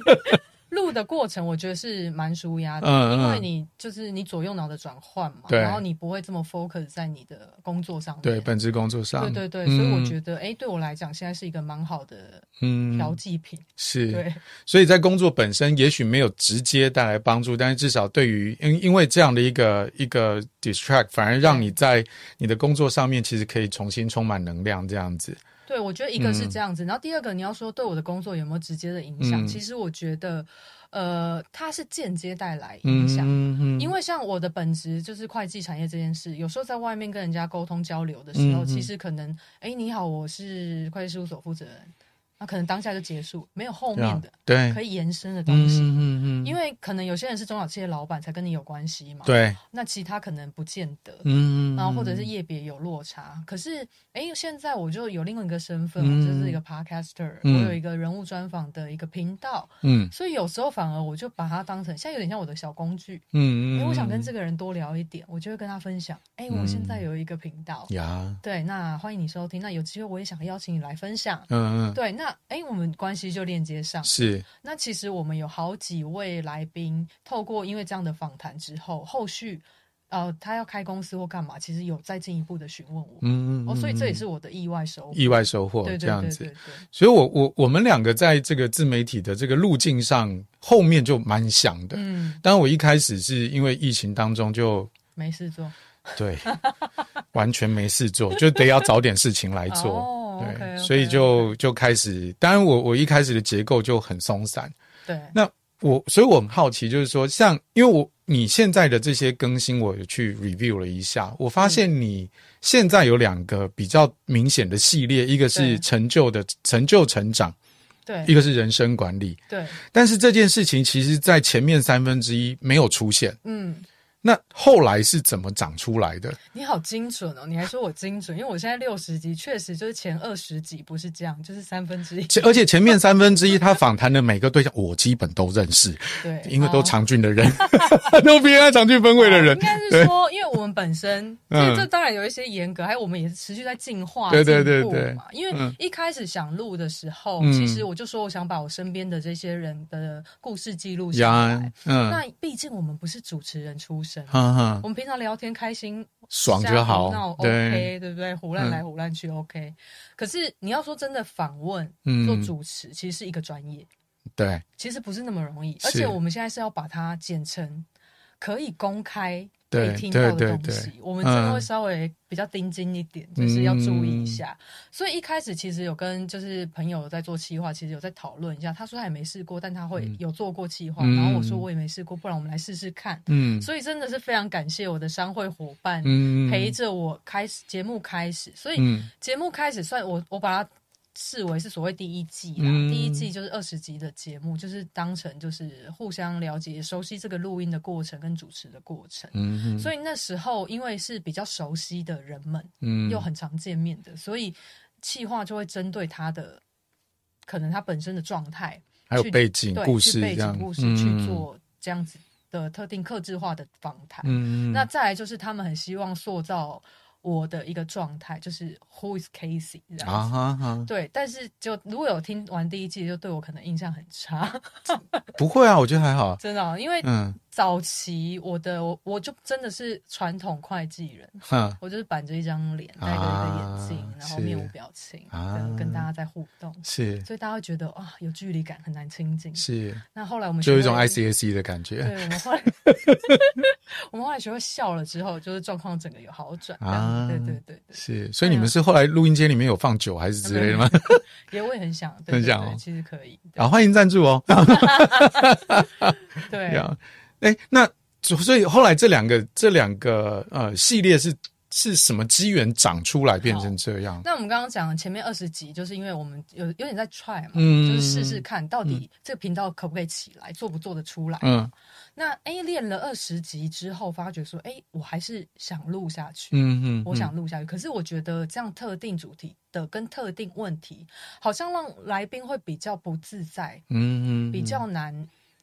[SPEAKER 2] 录的过程我觉得是蛮舒压的。
[SPEAKER 1] 嗯
[SPEAKER 2] 因为
[SPEAKER 1] 嗯，
[SPEAKER 2] 你就是你左右脑的转换嘛，
[SPEAKER 1] 对
[SPEAKER 2] 然后你不会这么 focus 在你的工作上面，
[SPEAKER 1] 对，本职工作上，
[SPEAKER 2] 对对对所以我觉
[SPEAKER 1] 得，
[SPEAKER 2] 得，哎，对我来讲，现在是一个蛮好的
[SPEAKER 1] 嗯
[SPEAKER 2] 调剂品，
[SPEAKER 1] 是，
[SPEAKER 2] 对，
[SPEAKER 1] 所以在工作本身也许没有直接带来帮助，但是至少对于因因为这样的一个一个 distract，反而让你在你的工作上面其实可以重新充满能量，这样子。
[SPEAKER 2] 对，我觉得一个是
[SPEAKER 1] 嗯
[SPEAKER 2] 这样子，然后第二个你要说对我的工作有没有直接的影响，
[SPEAKER 1] 嗯
[SPEAKER 2] 其实我觉得，呃，它是间接带来
[SPEAKER 1] 嗯
[SPEAKER 2] 影响。
[SPEAKER 1] 嗯
[SPEAKER 2] 因为像我的本职就是会计产业这件事，有时候在外面跟人家沟通交流的时候，
[SPEAKER 1] 嗯嗯
[SPEAKER 2] 其实可能，哎，你好，我是会计事务所负责人，那可能当下就结束，没有后面的
[SPEAKER 1] 对
[SPEAKER 2] 可以延伸的
[SPEAKER 1] 嗯
[SPEAKER 2] 东西。
[SPEAKER 1] 嗯嗯，
[SPEAKER 2] 因
[SPEAKER 1] 为
[SPEAKER 2] 为可能有些人是中小企业老板才跟你有关系嘛，，
[SPEAKER 1] 对
[SPEAKER 2] 那其他可能不见得，
[SPEAKER 1] 嗯，
[SPEAKER 2] 然后或者是业别有落差。可是，哎，现在我就有另外一个身份，我就是一个 podcaster，、
[SPEAKER 1] 嗯
[SPEAKER 2] 我有一个人物专访的一个频道，
[SPEAKER 1] 嗯
[SPEAKER 2] 所以有时候反而我就把它当成现在有点像我的小工具。哎，
[SPEAKER 1] 嗯嗯，嗯
[SPEAKER 2] 我想跟这个人多聊一点，我就会跟他分享，哎，我现在有一个频道，
[SPEAKER 1] 呀，
[SPEAKER 2] 对，那欢迎你收听，那有机会我也想邀请你来分享。
[SPEAKER 1] 嗯嗯
[SPEAKER 2] 对，那哎，我们关系就链接上。
[SPEAKER 1] 是
[SPEAKER 2] 那其实我们有好几位来宾，透过因为这样的访谈之后，后续呃他要开公司或干嘛，其实有再进一步的询问我。
[SPEAKER 1] 嗯
[SPEAKER 2] 哦，所以这也是我的意外收获。
[SPEAKER 1] 意外收获
[SPEAKER 2] 对
[SPEAKER 1] 这
[SPEAKER 2] 对
[SPEAKER 1] 样
[SPEAKER 2] 对
[SPEAKER 1] 子
[SPEAKER 2] 对。对，
[SPEAKER 1] 所以我，我我们两个在这个自媒体的这个路径上，后面就蛮像的。
[SPEAKER 2] 嗯，
[SPEAKER 1] 当然，我一开始是因为疫情当中就
[SPEAKER 2] 没事做，
[SPEAKER 1] 对，完全没事做，就得要找点事情来做。
[SPEAKER 2] 哦
[SPEAKER 1] 对
[SPEAKER 2] OK，OK，
[SPEAKER 1] 所以就就开始，当然我我一开始的结构就很松散。
[SPEAKER 2] 对，
[SPEAKER 1] 那我所以我很好奇，就是说，像因为我你现在的这些更新，我有去 review 了一下，我
[SPEAKER 2] 嗯
[SPEAKER 1] 发现你现在有两个比较明显的系列，一个是
[SPEAKER 2] 对
[SPEAKER 1] 成就的成就成长，一
[SPEAKER 2] 对
[SPEAKER 1] 个是人生管理。
[SPEAKER 2] 对，
[SPEAKER 1] 但是这件事情其实在前面三分之一没有出现，
[SPEAKER 2] 嗯，
[SPEAKER 1] 那后来是怎么长出来的？
[SPEAKER 2] 你好精准哦，你还说我精准，因为我现在六十集，确实就是前二十集不是这样，就是三分之一，
[SPEAKER 1] 前而且前面三分之一，他访谈的每个对象，我基本都认识，
[SPEAKER 2] 对，
[SPEAKER 1] 因为都
[SPEAKER 2] 哦
[SPEAKER 1] 长俊的人， 都偏爱长俊分位的 人
[SPEAKER 2] 应。该是说，因为我们本身， 这
[SPEAKER 1] 嗯
[SPEAKER 2] 这当然有一些严格，还有我们也是持续在进化、
[SPEAKER 1] 对对对
[SPEAKER 2] 进步嘛。因
[SPEAKER 1] 嗯
[SPEAKER 2] 为一开始想录的时候，
[SPEAKER 1] 嗯
[SPEAKER 2] 其实我就说我想把我身边的这些人的故事记录下
[SPEAKER 1] 呀
[SPEAKER 2] 来。，
[SPEAKER 1] 嗯，
[SPEAKER 2] 那毕竟我们不是主持人出身，
[SPEAKER 1] 哈哈
[SPEAKER 2] 我，们平常聊天开心
[SPEAKER 1] 爽
[SPEAKER 2] 瞎
[SPEAKER 1] 就
[SPEAKER 2] 胡
[SPEAKER 1] 好
[SPEAKER 2] 闹，
[SPEAKER 1] 对，嗯
[SPEAKER 2] OK，对不对？胡乱来胡乱去 OK。可是你要说真的访问做
[SPEAKER 1] 嗯，
[SPEAKER 2] 主持，其实是一个专业。
[SPEAKER 1] 对，
[SPEAKER 2] 其实不是那么容易，
[SPEAKER 1] 是
[SPEAKER 2] 而且我们现在是要把它剪成可以公开
[SPEAKER 1] 对
[SPEAKER 2] 被听到
[SPEAKER 1] 对
[SPEAKER 2] 的东
[SPEAKER 1] 对
[SPEAKER 2] 西，
[SPEAKER 1] 对
[SPEAKER 2] 我们真的会
[SPEAKER 1] 嗯
[SPEAKER 2] 稍微比较盯紧一点，就是要注意一下。所以一开始其实有跟就是朋友在做企划，其实有在讨论一下，他说他也没试过，但他会有做过企划，
[SPEAKER 1] 嗯
[SPEAKER 2] 然后我说我也没试过，不然我们来试试看。
[SPEAKER 1] 嗯
[SPEAKER 2] 所以真的是非常感谢我的商会伙伴
[SPEAKER 1] 嗯，
[SPEAKER 2] 陪着我开始节目开始，所以
[SPEAKER 1] 嗯
[SPEAKER 2] 节目开始算我我把它视为是所谓第一季啦，
[SPEAKER 1] 嗯
[SPEAKER 2] 第一季就是二十集的节目，就是当成就是互相了解、熟悉这个录音的过程跟主持的过程。
[SPEAKER 1] 嗯，
[SPEAKER 2] 所以那时候因为是比较熟悉的人们，
[SPEAKER 1] 以
[SPEAKER 2] 又很常见面的，所以企划就会针对他的可能他本身的状态，
[SPEAKER 1] 还有
[SPEAKER 2] 去
[SPEAKER 1] 背景
[SPEAKER 2] 对，
[SPEAKER 1] 故
[SPEAKER 2] 去
[SPEAKER 1] 事
[SPEAKER 2] 背
[SPEAKER 1] 这样嗯
[SPEAKER 2] 景故事、去，做这样子的特定克制化的访谈。
[SPEAKER 1] 嗯嗯，
[SPEAKER 2] 那再来就是他们很希望塑造我的一个状态，就是 Who is Casey 这样子。
[SPEAKER 1] 啊哈哈，
[SPEAKER 2] 对，但是就如果有听完第一季，就对我可能印象很差，
[SPEAKER 1] 不会啊，我觉得还好，
[SPEAKER 2] 真的哦、因为
[SPEAKER 1] 嗯
[SPEAKER 2] 早期我的我我就真的是传统会计人，
[SPEAKER 1] 哼，
[SPEAKER 2] 我就是板着一张脸，戴着一个眼镜，
[SPEAKER 1] 啊
[SPEAKER 2] 然后面
[SPEAKER 1] 是
[SPEAKER 2] 无表情，
[SPEAKER 1] 啊
[SPEAKER 2] 这样跟大家在互动，
[SPEAKER 1] 是
[SPEAKER 2] 所以大家会觉得啊有距离感，很难亲近。
[SPEAKER 1] 是，
[SPEAKER 2] 那后来我们
[SPEAKER 1] 就有一
[SPEAKER 2] 学
[SPEAKER 1] 种
[SPEAKER 2] 会
[SPEAKER 1] ICAC E 的感觉
[SPEAKER 2] 对，我们后来， 我们后来学会笑了之后，就是状况整个有好转。
[SPEAKER 1] 啊
[SPEAKER 2] 啊，对对对对，
[SPEAKER 1] 是，所
[SPEAKER 2] 对
[SPEAKER 1] 以你
[SPEAKER 2] 啊
[SPEAKER 1] 们是后来录音间里面有放酒还是之类的吗？
[SPEAKER 2] 也我也很想，对
[SPEAKER 1] 很
[SPEAKER 2] 对
[SPEAKER 1] 想
[SPEAKER 2] 对
[SPEAKER 1] 哦
[SPEAKER 2] 其实可以。对
[SPEAKER 1] 啊，欢迎赞助哦。
[SPEAKER 2] 对
[SPEAKER 1] 呀，哎，那所所以后来这两个这两个呃系列是是什么机缘长出来变成这样？
[SPEAKER 2] 那我们刚刚讲的前面二十集，就是因为我们有有点在 try 嘛，
[SPEAKER 1] 嗯
[SPEAKER 2] 就是试试看到底这个频道可不可以起来，做不做得出来。
[SPEAKER 1] 嗯
[SPEAKER 2] 那 A 练了二十集之后，发觉说，哎，我还是想录下去。
[SPEAKER 1] 嗯嗯，
[SPEAKER 2] 我想录下去，可是我觉得这样特定主题的跟特定问题，好像让来宾会比较不自在，
[SPEAKER 1] 嗯嗯嗯
[SPEAKER 2] 比较难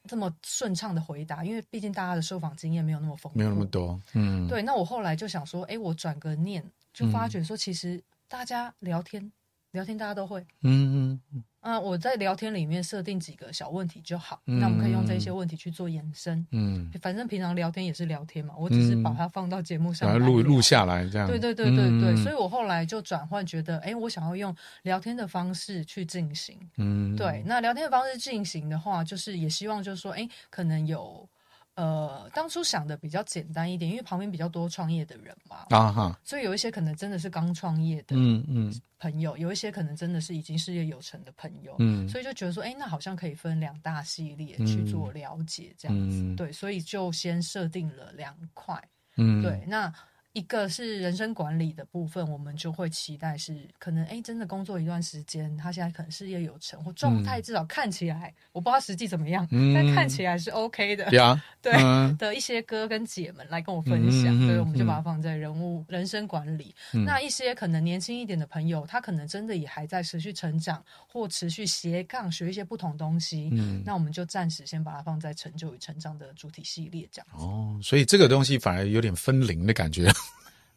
[SPEAKER 2] 这么顺畅的回答，因为毕竟大家的受访经验没有那么丰富，
[SPEAKER 1] 没有那么多，嗯，
[SPEAKER 2] 对，那我后来就想说，哎，我转个念，就发觉说，其实大家聊天，聊天大家都会。
[SPEAKER 1] 嗯嗯
[SPEAKER 2] 啊，我在聊天里面设定几个小问题就好，
[SPEAKER 1] 嗯
[SPEAKER 2] 那我们可以用这些问题去做延伸。
[SPEAKER 1] 嗯，
[SPEAKER 2] 反正平常聊天也是聊天嘛，我只是把它放到节目上
[SPEAKER 1] 然
[SPEAKER 2] 来
[SPEAKER 1] 后
[SPEAKER 2] 聊、
[SPEAKER 1] 嗯录录下来这样，
[SPEAKER 2] 对对对对对，
[SPEAKER 1] 嗯
[SPEAKER 2] 所以我后来就转换，觉得哎，诶我想要用聊天的方式去进行。
[SPEAKER 1] 嗯，
[SPEAKER 2] 对，那聊天的方式进行的话，就是也希望就是说，哎，可能有呃，当初想的比较简单一点，因为旁边比较多创业的人嘛，
[SPEAKER 1] 啊哈，
[SPEAKER 2] 所以有一些可能真的是刚创业的
[SPEAKER 1] 嗯嗯
[SPEAKER 2] 朋友，有一些可能真的是已经事业有成的朋友，
[SPEAKER 1] 嗯，
[SPEAKER 2] 所以就觉得说，哎，那好像可以分两大系列去做了解，这样子。
[SPEAKER 1] 嗯
[SPEAKER 2] 对，所以就先设定了两块。
[SPEAKER 1] 嗯
[SPEAKER 2] 对，那一个是人生管理的部分，我们就会期待是可能哎，真的工作一段时间，他现在可能事业有成，或状态至少看起来，我不知道实际怎么样，
[SPEAKER 1] 嗯
[SPEAKER 2] 但看起来是 OK 的。
[SPEAKER 1] 呀，
[SPEAKER 2] 对。
[SPEAKER 1] 嗯
[SPEAKER 2] 的一些哥跟姐们来跟我分享，
[SPEAKER 1] 嗯嗯嗯
[SPEAKER 2] 对，我们就
[SPEAKER 1] 嗯
[SPEAKER 2] 把它放在人物、人生管理。
[SPEAKER 1] 嗯
[SPEAKER 2] 那一些可能年轻一点的朋友，他可能真的也还在持续成长或持续斜杠学一些不同东西，
[SPEAKER 1] 嗯
[SPEAKER 2] 那我们就暂时先把它放在成就与成长的主题系列这样。
[SPEAKER 1] 哦，所以这个东西反而有点分龄的感觉，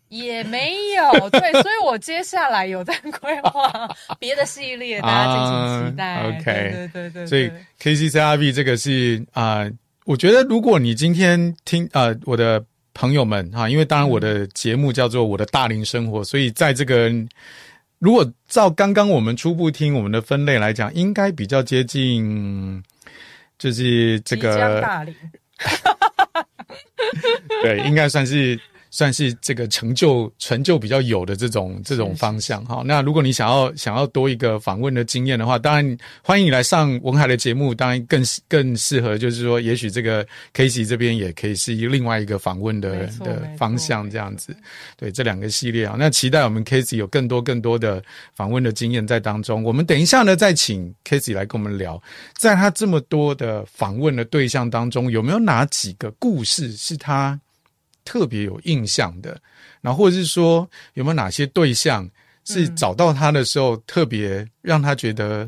[SPEAKER 2] 也没有，对，所以我接下来有在规划别的系列，大家敬请期待。
[SPEAKER 1] 啊，OK
[SPEAKER 2] 对对对对，
[SPEAKER 1] 所以
[SPEAKER 2] 对
[SPEAKER 1] KCCRB 这个是啊、呃我觉得如果你今天听啊、呃我的朋友们哈、因为当然我
[SPEAKER 2] 嗯
[SPEAKER 1] 的节目叫做《我的大龄生活》，所以在这个如果照刚刚我们初步听我们的分类来讲，应该比较接近，就是这
[SPEAKER 2] 即将
[SPEAKER 1] 个
[SPEAKER 2] 大龄，
[SPEAKER 1] 对，应该算是。算是这个成就成就比较有的这种这
[SPEAKER 2] 是
[SPEAKER 1] 种
[SPEAKER 2] 是
[SPEAKER 1] 方向哈。那如果你想要想要多一个访问的经验的话，当然欢迎你来上文海的节目，当然更更适合，就是说，也许这个 Casey 这边也可以是另外一个访问
[SPEAKER 2] 没
[SPEAKER 1] 的
[SPEAKER 2] 错
[SPEAKER 1] 的
[SPEAKER 2] 没错
[SPEAKER 1] 方向，这样子。对这两个系列啊，那期待我们 Casey 有更多更多的访问的经验在当中。我们等一下呢，再请 Casey 来跟我们聊，在他这么多的访问的对象当中，有没有哪几个故事是他特别有印象的？然后或者是说，有没有哪些对象是
[SPEAKER 2] 嗯
[SPEAKER 1] 找到他的时候，特别让他觉得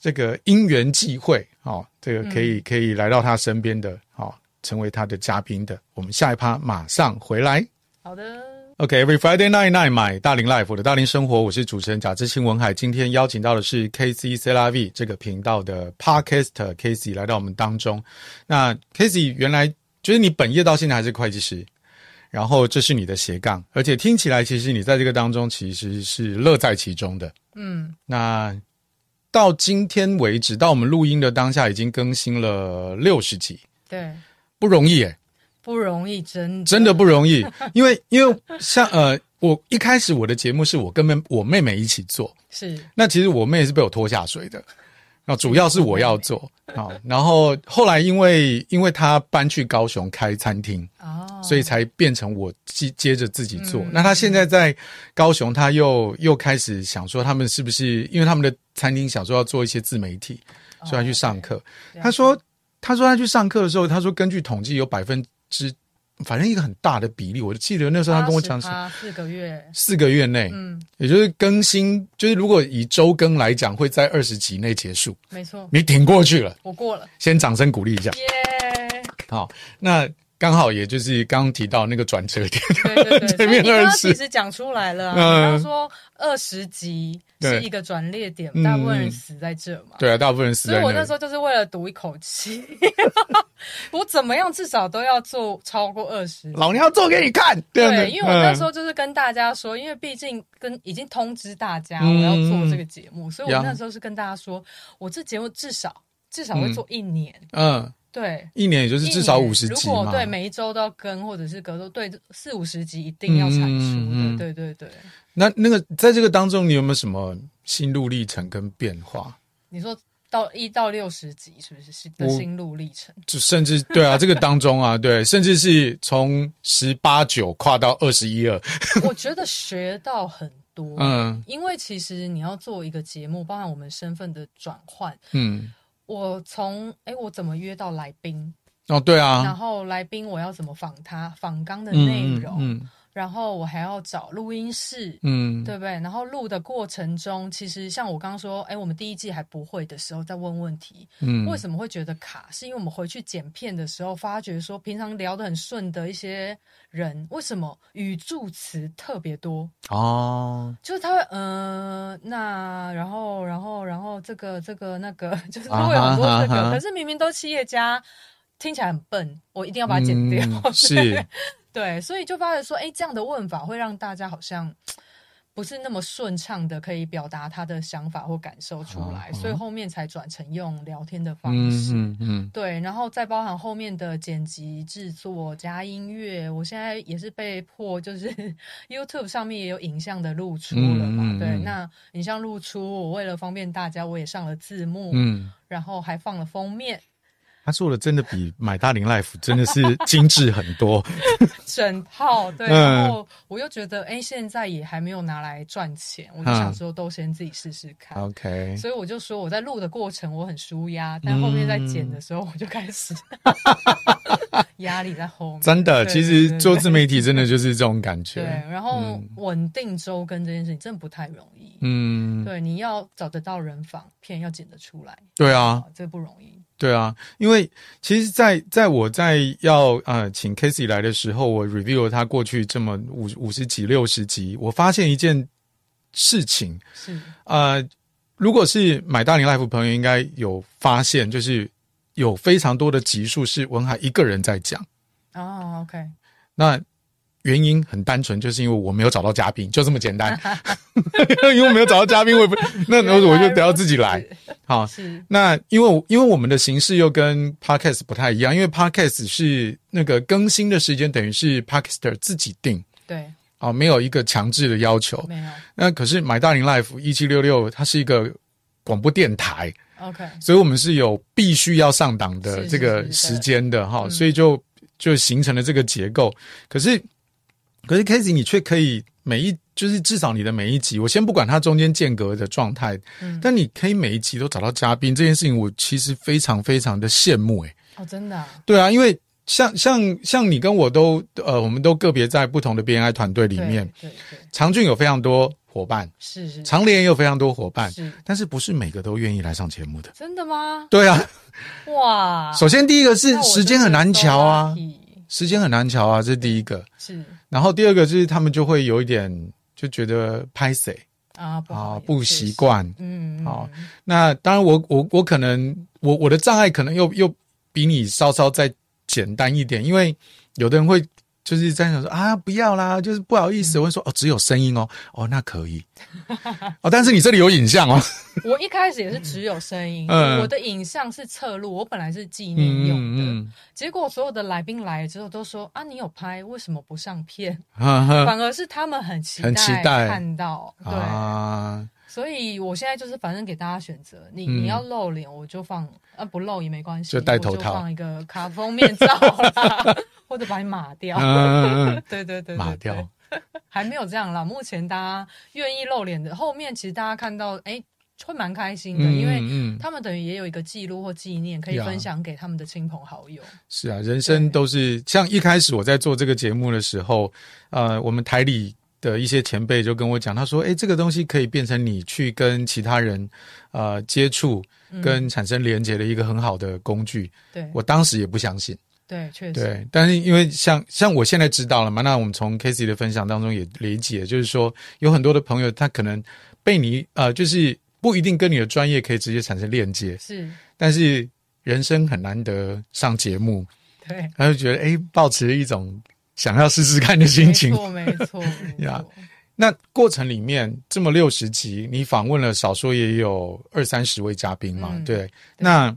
[SPEAKER 1] 这个因缘际会，哦，这个可以、可以来到他身边的，哦，成为他的嘉宾的。我们下一趴马上回来。
[SPEAKER 2] 好的。
[SPEAKER 1] OK，Every、Friday night night，买大龄 life 我的大龄生活，我是主持人贾志清文海。今天邀请到的是 KC C l V 这个频道的 Podcaster Casey 来到我们当中。那 Casey 原来就是你本业到现在还是会计师，然后这是你的斜杠，而且听起来其实你在这个当中其实是乐在其中的。
[SPEAKER 2] 嗯，
[SPEAKER 1] 那到今天为止，到我们录音的当下，已经更新了六十集，
[SPEAKER 2] 对，
[SPEAKER 1] 不容易耶、
[SPEAKER 2] 不容易，真
[SPEAKER 1] 真的不容易，因为因为像呃，我一开始我的节目是我跟妹我妹妹一起做，
[SPEAKER 2] 是
[SPEAKER 1] 那其实我妹是被我拖下水的，那主要是我要做 啊、然后后来因为因为她搬去高雄开餐厅，
[SPEAKER 2] 哦，
[SPEAKER 1] 所以才变成我接接着自己做。
[SPEAKER 2] 嗯
[SPEAKER 1] 那她现在在高雄，她又又开始想说，他们是不是因为他们的餐厅想说要做一些自媒体，
[SPEAKER 2] 哦
[SPEAKER 1] 所以她去上课。
[SPEAKER 2] 对啊
[SPEAKER 1] 他说，他说他去上课的时候，他说根据统计有百分之，反正一个很大的比例，我记得那时候他跟我讲是
[SPEAKER 2] 80%四个月，
[SPEAKER 1] 四个月内，
[SPEAKER 2] 嗯，
[SPEAKER 1] 也就是更新，就是如果以周更来讲，会在二十集内结束。
[SPEAKER 2] 没错，
[SPEAKER 1] 你挺过去了，
[SPEAKER 2] 我过了，
[SPEAKER 1] 先掌声鼓励 一下。
[SPEAKER 2] 耶、
[SPEAKER 1] 好，那刚好也就是刚刚提到那个转折 点，
[SPEAKER 2] 对对对，所
[SPEAKER 1] 前
[SPEAKER 2] 以
[SPEAKER 1] 面
[SPEAKER 2] 你刚刚
[SPEAKER 1] 20
[SPEAKER 2] 其实讲出来了、啊，你
[SPEAKER 1] 嗯
[SPEAKER 2] 刚刚说二十集是
[SPEAKER 1] 对
[SPEAKER 2] 一个转捩点
[SPEAKER 1] 嗯，
[SPEAKER 2] 大部分人死在这嘛，
[SPEAKER 1] 对啊，大部分人死
[SPEAKER 2] 所
[SPEAKER 1] 在
[SPEAKER 2] 以我那
[SPEAKER 1] 那
[SPEAKER 2] 时候就是为了赌一口气， 我怎么样至少都要做超过二十。
[SPEAKER 1] 老娘要做给你看，对不
[SPEAKER 2] 对，因为我那时
[SPEAKER 1] 候，
[SPEAKER 2] 候就是跟大家说，因为毕竟跟已经通知大家
[SPEAKER 1] 嗯
[SPEAKER 2] 我要做这个节目，所以我
[SPEAKER 1] 呀
[SPEAKER 2] 那时候是跟大家说，我这节目至少至少会做一年，
[SPEAKER 1] 嗯嗯，
[SPEAKER 2] 对，
[SPEAKER 1] 一年也就是至少
[SPEAKER 2] 一年
[SPEAKER 1] 五十集
[SPEAKER 2] 如果
[SPEAKER 1] 嘛，
[SPEAKER 2] 对每一周都要更，或者是隔周对四五十集一定要产出的，
[SPEAKER 1] 嗯嗯嗯
[SPEAKER 2] 对对对。
[SPEAKER 1] 那那个在这个当中，你有没有什么心路历程跟变化？
[SPEAKER 2] 你说到一到六十集，是不是是的
[SPEAKER 1] 我
[SPEAKER 2] 心路历程？
[SPEAKER 1] 就甚至对啊，这个当中啊，对，甚至是从十八九跨到二十一二，
[SPEAKER 2] 我觉得学到很多，
[SPEAKER 1] 嗯
[SPEAKER 2] 因为其实你要做一个节目，包含我们身份的转换。
[SPEAKER 1] 嗯，
[SPEAKER 2] 我从哎，我怎么约到来宾，
[SPEAKER 1] 哦，对
[SPEAKER 2] 然
[SPEAKER 1] 啊，
[SPEAKER 2] 后来宾我要怎么访他，访纲的
[SPEAKER 1] 嗯
[SPEAKER 2] 内容，
[SPEAKER 1] 嗯
[SPEAKER 2] 然后我还要找录音室，
[SPEAKER 1] 嗯，
[SPEAKER 2] 对不对？然后录的过程中，其实像我刚刚说，哎，我们第一季还不会的时候在问问题，
[SPEAKER 1] 嗯，
[SPEAKER 2] 为什么会觉得卡？是因为我们回去剪片的时候，发觉说平常聊得很顺的一些人，为什么语助词特别多？
[SPEAKER 1] 哦，
[SPEAKER 2] 就是他会，呃，那然后然后然后这个这个那个， 就是
[SPEAKER 1] 啊哈
[SPEAKER 2] 会有很多这个。
[SPEAKER 1] 啊哈
[SPEAKER 2] 可是明明都企业家，听起来很笨，我一定要把它剪掉。
[SPEAKER 1] 嗯是，
[SPEAKER 2] 对，所以就发觉说，哎，这样的问法会让大家好像不是那么顺畅的可以表达他的想法或感受出来，
[SPEAKER 1] 啊哈
[SPEAKER 2] 所以后面才转成用聊天的方
[SPEAKER 1] 嗯
[SPEAKER 2] 式。
[SPEAKER 1] 嗯嗯，
[SPEAKER 2] 对，然后再包含后面的剪辑、制作加音乐，我现在也是被迫，就是 YouTube 上面也有影像的露出了嘛。
[SPEAKER 1] 嗯嗯嗯
[SPEAKER 2] 对，那影像露出，我为了方便大家，我也上了字幕，
[SPEAKER 1] 嗯，
[SPEAKER 2] 然后还放了封面，
[SPEAKER 1] 他做的真的比买大龄 life 真的是精致很多，
[SPEAKER 2] 整套。对，
[SPEAKER 1] 嗯
[SPEAKER 2] 然后我又觉得，哎，现在也还没有拿来赚钱，我就想
[SPEAKER 1] 嗯
[SPEAKER 2] 说都先自己试试看。
[SPEAKER 1] OK，
[SPEAKER 2] 所以我就说我在录的过程我很舒压，但后面在剪的时候我就开 始压力在后面。
[SPEAKER 1] 真的，
[SPEAKER 2] 对
[SPEAKER 1] 其
[SPEAKER 2] 对对
[SPEAKER 1] 实做
[SPEAKER 2] 对
[SPEAKER 1] 自媒体真的就是这种感
[SPEAKER 2] 对，
[SPEAKER 1] 觉，
[SPEAKER 2] 然后
[SPEAKER 1] 嗯
[SPEAKER 2] 稳定周更这件事情真的不太容易。
[SPEAKER 1] 嗯，
[SPEAKER 2] 对，你要找得到人访片，要剪得出来
[SPEAKER 1] 对啊
[SPEAKER 2] 啊，，这不容易。
[SPEAKER 1] 对啊，因为其实在，在我在要呃请 Casey 来的时候，我 review 了他过去这么五五十集、六十集，我发现一件事情，
[SPEAKER 2] 是，
[SPEAKER 1] 呃，如果是买大龄 life 的朋友，应该有发现，就是有非常多的集数是文海一个人在讲，
[SPEAKER 2] 哦，OK，
[SPEAKER 1] 那。原因很单纯，就是因为我没有找到嘉宾，就这么简单。 因为我没有找到嘉宾，我也不那那我就得要自己来。好，
[SPEAKER 2] 是，
[SPEAKER 1] 那因为我因为我们的形式又跟 podcast 不太一样，因为 podcast 是那个更新的时间等于是 podcaster 自己定
[SPEAKER 2] 对，
[SPEAKER 1] 啊、没有一个强制的要求。
[SPEAKER 2] 没有
[SPEAKER 1] 那可是买大龄 life 一七六六，它是一个广播电台，
[SPEAKER 2] ，OK，
[SPEAKER 1] 所以我们是有必须要上档
[SPEAKER 2] 是
[SPEAKER 1] 的这
[SPEAKER 2] 是
[SPEAKER 1] 个
[SPEAKER 2] 是
[SPEAKER 1] 时间的哈，
[SPEAKER 2] 嗯
[SPEAKER 1] 所以就就形成了这个结构。可是，可是 Casey 你却可以每一就是至少你的每一集，我先不管它中间间隔的状态，
[SPEAKER 2] 嗯，
[SPEAKER 1] 但你可以每一集都找到嘉宾这件事情，我其实非常非常的羡慕诶、欸
[SPEAKER 2] 哦，真的啊，
[SPEAKER 1] 对啊，因为像像像你跟我都呃，我们都个别在不同的 BNI 团队里
[SPEAKER 2] 对嗯
[SPEAKER 1] 面，，
[SPEAKER 2] 对对，
[SPEAKER 1] 长俊有非常多伙伴，
[SPEAKER 2] 是是
[SPEAKER 1] 长联也有非常多伙伴，
[SPEAKER 2] 是，
[SPEAKER 1] 但是不是每个都愿意来上节目的。
[SPEAKER 2] 真的吗？
[SPEAKER 1] 对啊，
[SPEAKER 2] 哇，
[SPEAKER 1] 首先第一个是
[SPEAKER 2] 那我
[SPEAKER 1] 时
[SPEAKER 2] 真
[SPEAKER 1] 间
[SPEAKER 2] 的
[SPEAKER 1] 很难
[SPEAKER 2] so
[SPEAKER 1] 瞧啊，
[SPEAKER 2] lucky，
[SPEAKER 1] 时间很难瞧啊，这是第一个。
[SPEAKER 2] 是
[SPEAKER 1] 然后第二个就是他们就会有一点就觉得拍谁
[SPEAKER 2] 啊，不好
[SPEAKER 1] 啊
[SPEAKER 2] 意思
[SPEAKER 1] 不习，惯，
[SPEAKER 2] 嗯，
[SPEAKER 1] 好
[SPEAKER 2] 嗯，
[SPEAKER 1] 那当然我，我我可能我我的障碍可能又又比你稍稍再简单一点，因为有的人会就是在想说啊，不要啦，就是不好意
[SPEAKER 2] 嗯
[SPEAKER 1] 思，我会说哦，只有声音哦，哦，那 可以哦，但是你这里有影像哦，
[SPEAKER 2] 嗯我一开始也是只有声音，
[SPEAKER 1] 嗯
[SPEAKER 2] 我的影像是侧录，我本来是纪念用的，
[SPEAKER 1] 嗯嗯
[SPEAKER 2] 结果所有的来宾来了之后都说啊，你有拍，为什么不上片？
[SPEAKER 1] 嗯，呵呵
[SPEAKER 2] 反而是他们很期
[SPEAKER 1] 很期待
[SPEAKER 2] 看到，对，
[SPEAKER 1] 啊，
[SPEAKER 2] 所以我现在就是反正给大家选择，你、
[SPEAKER 1] 嗯
[SPEAKER 2] 你要露脸我就放，啊不露也没关系，
[SPEAKER 1] 就戴头
[SPEAKER 2] 我
[SPEAKER 1] 套
[SPEAKER 2] 放一个卡封面照啦， 或者把你码 掉。
[SPEAKER 1] 嗯嗯嗯
[SPEAKER 2] 对对对对对
[SPEAKER 1] 嗯，马掉，
[SPEAKER 2] 还没有这样啦。目前大家愿意露脸的，后面其实大家看到，哎，会蛮开心的，因为
[SPEAKER 1] 嗯
[SPEAKER 2] 他们等于也有一个记录或纪念，可以
[SPEAKER 1] 呀
[SPEAKER 2] 分享给他们的亲朋好友。
[SPEAKER 1] 是啊，人生都是像一开始我在做这个节目的时候，呃，我们台里的一些前辈就跟我讲，他说：“诶，这个东西可以变成你去跟其他人呃接触
[SPEAKER 2] 嗯
[SPEAKER 1] 跟产生连接的一个很好的工具。
[SPEAKER 2] 对
[SPEAKER 1] 我当时也不相信，
[SPEAKER 2] 对，确实
[SPEAKER 1] 对，但是因为像像我现在知道了嘛，那我们从 Casey 的分享当中也理解，就是说有很多的朋友他可能被你呃，就是不一定跟你的专业可以直接产生链接，
[SPEAKER 2] 是，
[SPEAKER 1] 但是人生很难得上节目。”
[SPEAKER 2] 对，
[SPEAKER 1] 他就觉得哎，保持一种想要试试看的心
[SPEAKER 2] 没
[SPEAKER 1] 情。
[SPEAKER 2] 错没 错没
[SPEAKER 1] 呀
[SPEAKER 2] 错，
[SPEAKER 1] 那过程里面这么六十集，你访问了少说也有二三十位嘉宾嘛？
[SPEAKER 2] 嗯
[SPEAKER 1] 对，那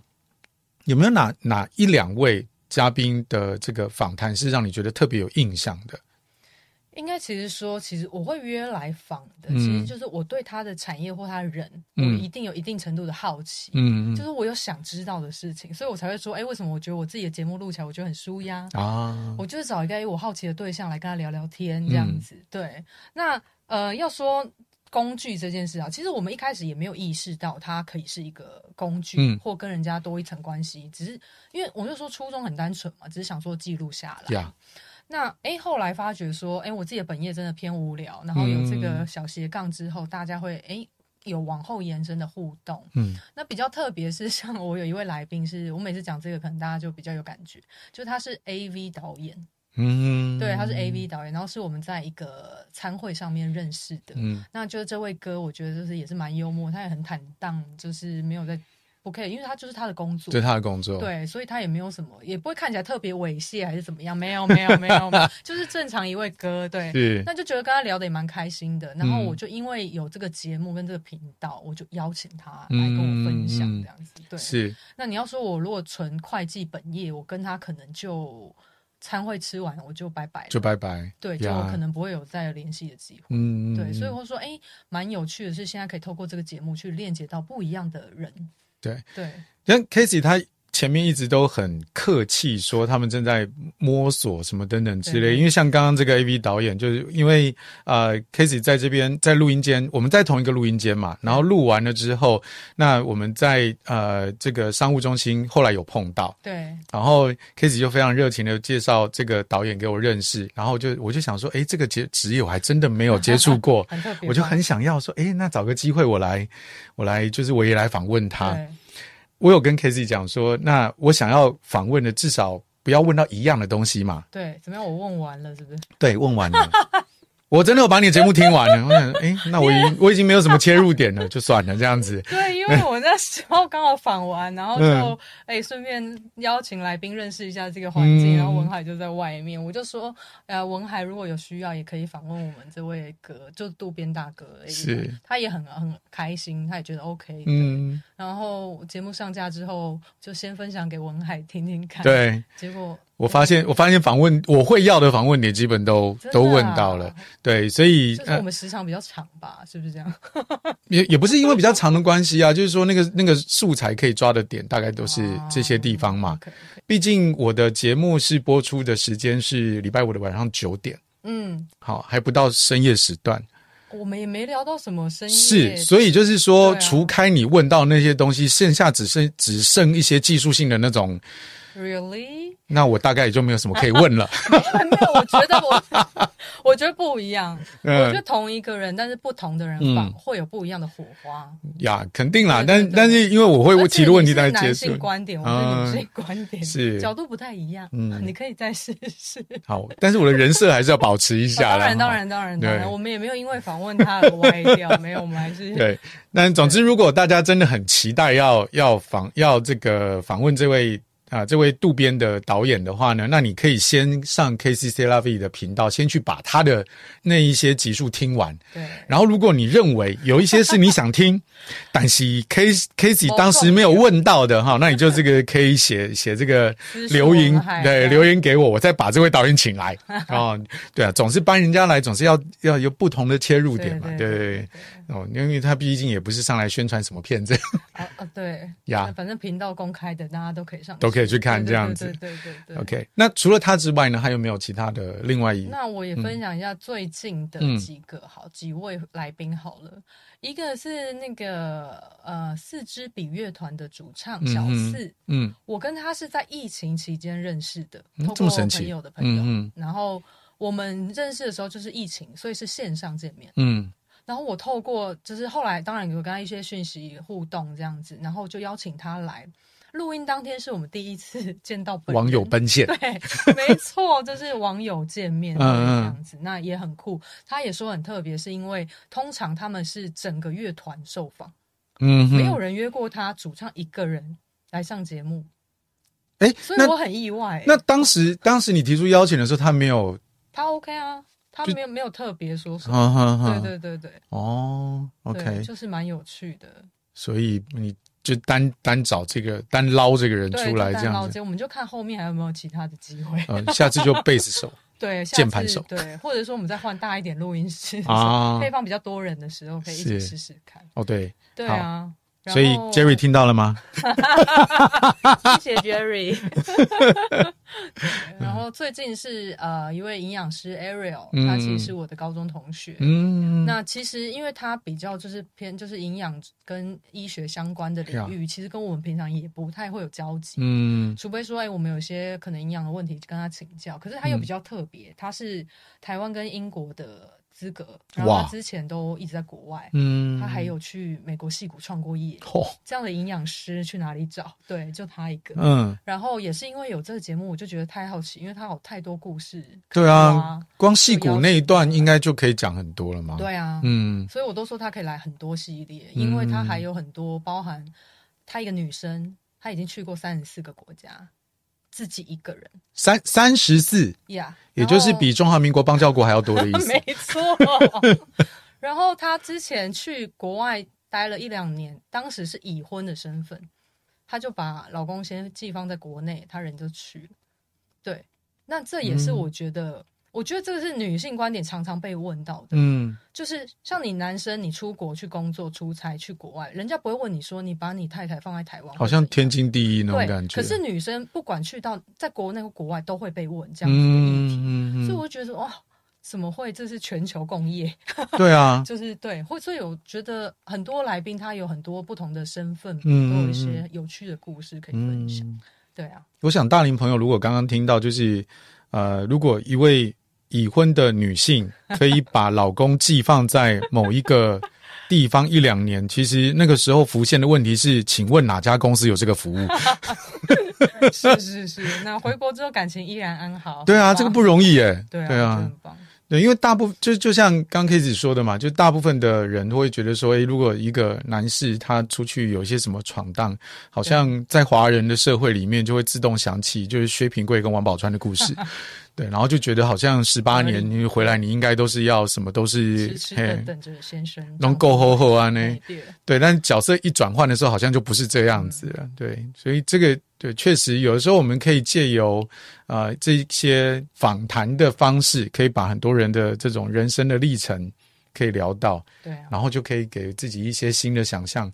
[SPEAKER 1] 有没有哪哪一两位嘉宾的这个访谈是让你觉得特别有印象的？
[SPEAKER 2] 应该其实说，其实我会约来访的，
[SPEAKER 1] 嗯
[SPEAKER 2] 其实就是我对他的产业或他的人，
[SPEAKER 1] 嗯
[SPEAKER 2] 我一定有一定程度的好奇。
[SPEAKER 1] 嗯
[SPEAKER 2] 就是我有想知道的事情，所以我才会说，哎、为什么我觉得我自己的节目录起来，我觉得很舒压？
[SPEAKER 1] 啊，
[SPEAKER 2] 我就是找一个诶我好奇的对象来跟他聊聊
[SPEAKER 1] 嗯
[SPEAKER 2] 天，这样子。对，那呃，要说工具这件事啊，其实我们一开始也没有意识到它可以是一个工具，
[SPEAKER 1] 嗯
[SPEAKER 2] 或跟人家多一层关系，只是因为我就说初衷很单纯嘛，只是想说记录下来。
[SPEAKER 1] 呀，
[SPEAKER 2] 那哎，诶后来发觉说，哎，我自己的本业真的偏无聊，然后有这个
[SPEAKER 1] 嗯
[SPEAKER 2] 小斜杠之后，大家会哎。诶有往后延伸的互动，
[SPEAKER 1] 嗯
[SPEAKER 2] 那比较特别是像我有一位来宾是，我每次讲这个，可能大家就比较有感觉，就他是 A V 导演，
[SPEAKER 1] 嗯，
[SPEAKER 2] 对，他是 A V 导演，然后是我们在一个餐会上面认识的。
[SPEAKER 1] 嗯
[SPEAKER 2] 那就是这位哥，我觉得就是也是蛮幽默，他也很坦荡，就是没有在不 care，因为他就是他的工作。
[SPEAKER 1] 对他的工作，
[SPEAKER 2] 对所以他也没有什么，也不会看起来特别猥亵还是怎么样，没有没有没有， 没有就是正常一位哥，对，
[SPEAKER 1] 是
[SPEAKER 2] 那就觉得跟他聊得也蛮开心的。然后
[SPEAKER 1] 嗯
[SPEAKER 2] 我就因为有这个节目跟这个频道，我就邀请他来跟我分享
[SPEAKER 1] 嗯嗯嗯
[SPEAKER 2] 这样子。对，
[SPEAKER 1] 是
[SPEAKER 2] 那你要说我如果纯会计本业，我跟他可能就餐会吃完我就拜拜了，
[SPEAKER 1] 就拜拜，
[SPEAKER 2] 对，就
[SPEAKER 1] 呀
[SPEAKER 2] 可能不会有再联系的机会。
[SPEAKER 1] 嗯，
[SPEAKER 2] 对，所以
[SPEAKER 1] 嗯
[SPEAKER 2] 我说，哎、蛮有趣的是，现在可以透过这个节目去链接到不一样的人。
[SPEAKER 1] 对
[SPEAKER 2] 对，
[SPEAKER 1] 但 Casey 他前面一直都很客气，说他们正在摸索什么等等之类。
[SPEAKER 2] 对
[SPEAKER 1] 因为像刚刚这个 AV 导演，就是因为呃 Casey 在这边在录音间，我们在同一个录音间嘛，然后录完了之后，那我们在呃这个商务中心后来有碰到，
[SPEAKER 2] 对，。
[SPEAKER 1] 然后 Casey 就非常热情的介绍这个导演给我认识，然后就我就想说，诶，这个职职业我还真的没有接触过
[SPEAKER 2] 很特别吧。
[SPEAKER 1] 我就很想要说，诶，那找个机会我来，我来就是我也来访问他。
[SPEAKER 2] 对
[SPEAKER 1] 我有跟 Casey 讲说，那我想要访问的至少不要问到一样的东西嘛。
[SPEAKER 2] 对，怎么样？我问完了，是不是？
[SPEAKER 1] 对，问完了， 我真的有把你的节目听完了。我想，诶，那我已经我已经没有什么切入点了，就算了这样子。
[SPEAKER 2] 对，因为我那时候刚好访完，然后就
[SPEAKER 1] 嗯
[SPEAKER 2] 哎顺、便邀请来宾认识一下这个环境，
[SPEAKER 1] 嗯
[SPEAKER 2] 然后文海就在外面，我就说，呃，文海如果有需要也可以访问我们这位哥，就渡边大哥而已，
[SPEAKER 1] 是
[SPEAKER 2] 他也很很开心，他也觉得 OK，
[SPEAKER 1] 嗯，
[SPEAKER 2] 然后节目上架之后，就先分享给文海听听看。，
[SPEAKER 1] 对。
[SPEAKER 2] 结果
[SPEAKER 1] 我发现，我发现访问我会要的访问点基本都、
[SPEAKER 2] 真的啊
[SPEAKER 1] 都问到了，对，所以
[SPEAKER 2] 就是我
[SPEAKER 1] 呃
[SPEAKER 2] 们时长比较长吧，是不是这样？
[SPEAKER 1] 也也不是因为比较长的关系啊，就是说那个那个素材可以抓的点大概都是
[SPEAKER 2] 啊
[SPEAKER 1] 这些地方嘛。
[SPEAKER 2] OK，
[SPEAKER 1] 毕竟我的节目是播出的时间是礼拜五的晚上九点，
[SPEAKER 2] 嗯，
[SPEAKER 1] 好，还不到深夜时段，
[SPEAKER 2] 我们也没聊到什么深夜，
[SPEAKER 1] 是，所以就是说，
[SPEAKER 2] 对啊
[SPEAKER 1] 除开你问到那些东西，剩下只剩只剩一些技术性的那种，
[SPEAKER 2] really
[SPEAKER 1] 那我大概也就没有什么可以 问了。
[SPEAKER 2] 没有，我觉得我我 觉得不一样，我觉得
[SPEAKER 1] 嗯，
[SPEAKER 2] 同一个人，但是不同的人访、
[SPEAKER 1] 嗯
[SPEAKER 2] 会有不一样的火花。
[SPEAKER 1] 呀，肯定啦，
[SPEAKER 2] 对对
[SPEAKER 1] 但
[SPEAKER 2] 对
[SPEAKER 1] 但是因为我会
[SPEAKER 2] 而且
[SPEAKER 1] 提的问题
[SPEAKER 2] 你是
[SPEAKER 1] 在结
[SPEAKER 2] 男
[SPEAKER 1] 束
[SPEAKER 2] 性。观点，我是女性观点，
[SPEAKER 1] 啊是
[SPEAKER 2] 角度不太一样，
[SPEAKER 1] 嗯
[SPEAKER 2] 你可以再试试。
[SPEAKER 1] 好，但是我的人设还是要保 持一
[SPEAKER 2] 哦
[SPEAKER 1] 下
[SPEAKER 2] 当
[SPEAKER 1] 啦。
[SPEAKER 2] 然，当
[SPEAKER 1] 哈。
[SPEAKER 2] 然，当然，当然，
[SPEAKER 1] 对
[SPEAKER 2] 我们也没有因为访问他而歪掉，没有，我们还 是
[SPEAKER 1] 对，但总之，如果大家真的很期待要要访要这个访问这位啊、这位渡边的导演的话呢，那你可以先上 KCC l a v 的频道，先去把他的那一些集数听完。
[SPEAKER 2] 对
[SPEAKER 1] 然后，如果你认为有一些是你想听， 但是 K K
[SPEAKER 2] 某
[SPEAKER 1] y
[SPEAKER 2] 种
[SPEAKER 1] 当时没有问到的哈，那你就这个可以写写这个
[SPEAKER 2] 私信
[SPEAKER 1] 留言
[SPEAKER 2] 文海，
[SPEAKER 1] 对，留言给我，我再把这位导演 请来哦。对啊，总是帮人家来，总是要要有不同的切入点嘛，对
[SPEAKER 2] 对
[SPEAKER 1] 对对哦，因为他毕竟也不是上来宣传什么片子，
[SPEAKER 2] 啊啊对
[SPEAKER 1] 呀
[SPEAKER 2] 那反正频道公开的，大家都可以上去，
[SPEAKER 1] 都可以去看
[SPEAKER 2] 对对
[SPEAKER 1] 这样子
[SPEAKER 2] 对对对对对
[SPEAKER 1] OK，那除了他之外呢，还有没有其他的另外一？
[SPEAKER 2] 那我也分享一下最近的几个好、几位来宾好了，一个是那个呃四支笔乐团的主唱小
[SPEAKER 1] 嗯哼
[SPEAKER 2] 四，
[SPEAKER 1] 嗯
[SPEAKER 2] 我跟他是在疫情期间认识的，
[SPEAKER 1] 嗯
[SPEAKER 2] 通
[SPEAKER 1] 这么
[SPEAKER 2] 过
[SPEAKER 1] 神奇
[SPEAKER 2] 朋友的朋友，
[SPEAKER 1] 嗯嗯
[SPEAKER 2] 然后我们认识的时候就是疫情，所以是线上见面。
[SPEAKER 1] 嗯
[SPEAKER 2] 然后我透过就是后来当然有跟他一些讯息互动这样子，然后就邀请他来录音。当天是我们第一次 见到本人
[SPEAKER 1] 嗯网友，奔现，
[SPEAKER 2] 对，没错，就是网友见面
[SPEAKER 1] 嗯
[SPEAKER 2] 这
[SPEAKER 1] 嗯
[SPEAKER 2] 样子，那也很酷。他也说很特别，是因为通常他们是整个乐团受访，
[SPEAKER 1] 嗯
[SPEAKER 2] 没有
[SPEAKER 1] 哼，
[SPEAKER 2] 人约过他主唱一个人来上节目，
[SPEAKER 1] 哎，
[SPEAKER 2] 所以
[SPEAKER 1] 那
[SPEAKER 2] 我很意外、
[SPEAKER 1] 那当时当时你提出邀请的时候，他没有，
[SPEAKER 2] 他 OK 啊，他
[SPEAKER 1] 就
[SPEAKER 2] 没有没有特别说什么。
[SPEAKER 1] 哈哈哈，
[SPEAKER 2] 对对对对
[SPEAKER 1] 哦
[SPEAKER 2] 对
[SPEAKER 1] ，OK，
[SPEAKER 2] 就是蛮有趣的。
[SPEAKER 1] 所以你就单单找这个单捞这个人
[SPEAKER 2] 对，
[SPEAKER 1] 出来
[SPEAKER 2] 就
[SPEAKER 1] 这
[SPEAKER 2] 蛋
[SPEAKER 1] 样
[SPEAKER 2] 捞
[SPEAKER 1] 子， 哦
[SPEAKER 2] 街，我们就看后面还有没有其他的机会。
[SPEAKER 1] 嗯，下次就贝斯手，
[SPEAKER 2] 对，下
[SPEAKER 1] 键盘
[SPEAKER 2] 次
[SPEAKER 1] 手
[SPEAKER 2] 对，或者说我们再换大一点录音室
[SPEAKER 1] 啊
[SPEAKER 2] 配放比较多人的时候可以一起
[SPEAKER 1] 是
[SPEAKER 2] 试试看。
[SPEAKER 1] 哦，对，
[SPEAKER 2] 对啊，然
[SPEAKER 1] 所以
[SPEAKER 2] 后
[SPEAKER 1] Jerry 听到了吗？
[SPEAKER 2] 谢谢 Jerry。对然后最近是呃一位营养师 Ariel，、
[SPEAKER 1] 嗯
[SPEAKER 2] 他其实是我的高中同学。
[SPEAKER 1] 嗯，
[SPEAKER 2] 那其实，因为他比较就是偏就是营养跟医学相关的
[SPEAKER 1] 啊
[SPEAKER 2] 领域，其实跟我们平常也不太会有交集，
[SPEAKER 1] 嗯
[SPEAKER 2] 除非说，哎、我们有些可能营养的问题跟他请教。可是他又
[SPEAKER 1] 嗯
[SPEAKER 2] 比较特别，他是台湾跟英国的资格，然后
[SPEAKER 1] 哇
[SPEAKER 2] 他之前都一直在国外，
[SPEAKER 1] 嗯，
[SPEAKER 2] 他还有去美国戏谷创过业。
[SPEAKER 1] 哦，
[SPEAKER 2] 这样的营养师去哪里找？对，就他一个。
[SPEAKER 1] 嗯，
[SPEAKER 2] 然后也是因为有这个节目，我就觉得太好奇，因为他有太多故事。
[SPEAKER 1] 对啊，，光戏
[SPEAKER 2] 有
[SPEAKER 1] 骨
[SPEAKER 2] 邀
[SPEAKER 1] 那一
[SPEAKER 2] 请
[SPEAKER 1] 段应该就可以讲很多了嘛。，
[SPEAKER 2] 对啊，
[SPEAKER 1] 嗯
[SPEAKER 2] 所以我都说他可以来很多系列，因为他还有很多包含他一个女生，她已经去过三十四个国家，自己一个人
[SPEAKER 1] 三三十四，
[SPEAKER 2] 呀
[SPEAKER 1] 也就是比中华民国邦交国还要多的意思。
[SPEAKER 2] 哦 没错。 然后他之前去国外待了一两年，当时是已婚的身份，她就把老公先寄放在国内，她人就去了。对，那这也是
[SPEAKER 1] 嗯
[SPEAKER 2] 我觉得，我觉得这个是女性观点常常被问到的。
[SPEAKER 1] 嗯，
[SPEAKER 2] 就是像你男生，你出国去工作、出差去国外，人家不会问你说你把你太太放在台湾，
[SPEAKER 1] 好像
[SPEAKER 2] 或者怎
[SPEAKER 1] 天经地义那种
[SPEAKER 2] 样
[SPEAKER 1] 感
[SPEAKER 2] 对。
[SPEAKER 1] 觉。
[SPEAKER 2] 可是女生不管去到在国内或国外，都会被问这样子的议题，
[SPEAKER 1] 嗯嗯
[SPEAKER 2] 所以
[SPEAKER 1] 嗯
[SPEAKER 2] 我就觉得哇，怎么会这是全球共业？
[SPEAKER 1] 嗯，对啊，
[SPEAKER 2] 就是对，或所以我觉得很多来宾他有很多不同的身份，
[SPEAKER 1] 嗯
[SPEAKER 2] 都有一些有趣的故事可以分享。
[SPEAKER 1] 嗯，
[SPEAKER 2] 对啊，
[SPEAKER 1] 我想大龄朋友如果刚刚听到，就是呃，如果一位已婚的女性可以把老公寄放在某一个地方一两年， 其实那个时候浮现的问题是，请问哪家公司有这个服务？
[SPEAKER 2] 是是是。那回国之后感情依然安好。
[SPEAKER 1] 对啊，
[SPEAKER 2] 哇
[SPEAKER 1] 这个不容易耶。
[SPEAKER 2] 对啊，我
[SPEAKER 1] 对
[SPEAKER 2] 觉得
[SPEAKER 1] 啊
[SPEAKER 2] 很，棒。
[SPEAKER 1] 对，因为大部就就像刚 K 子说的嘛，就大部分的人都会觉得说，诶，如果一个男士他出去有一些什么闯荡，好像在华人的社会里面就会自动想起就是薛平贵跟王宝钏的 故事，对，然后就觉得好像十八年你回来，你应该都是要什么都是
[SPEAKER 2] 痴痴的
[SPEAKER 1] 嘿，
[SPEAKER 2] 等着先生
[SPEAKER 1] 能够吼吼啊呢
[SPEAKER 2] 呢。。对
[SPEAKER 1] 对，但角色一转换的时候，好像就不是这样子了。对，所以这个对，确实有的时候我们可以借由呃这些访谈的方式，可以把很多人的这种人生的历程可以聊到，
[SPEAKER 2] 对啊，
[SPEAKER 1] 然后就可以给自己一些新的想象。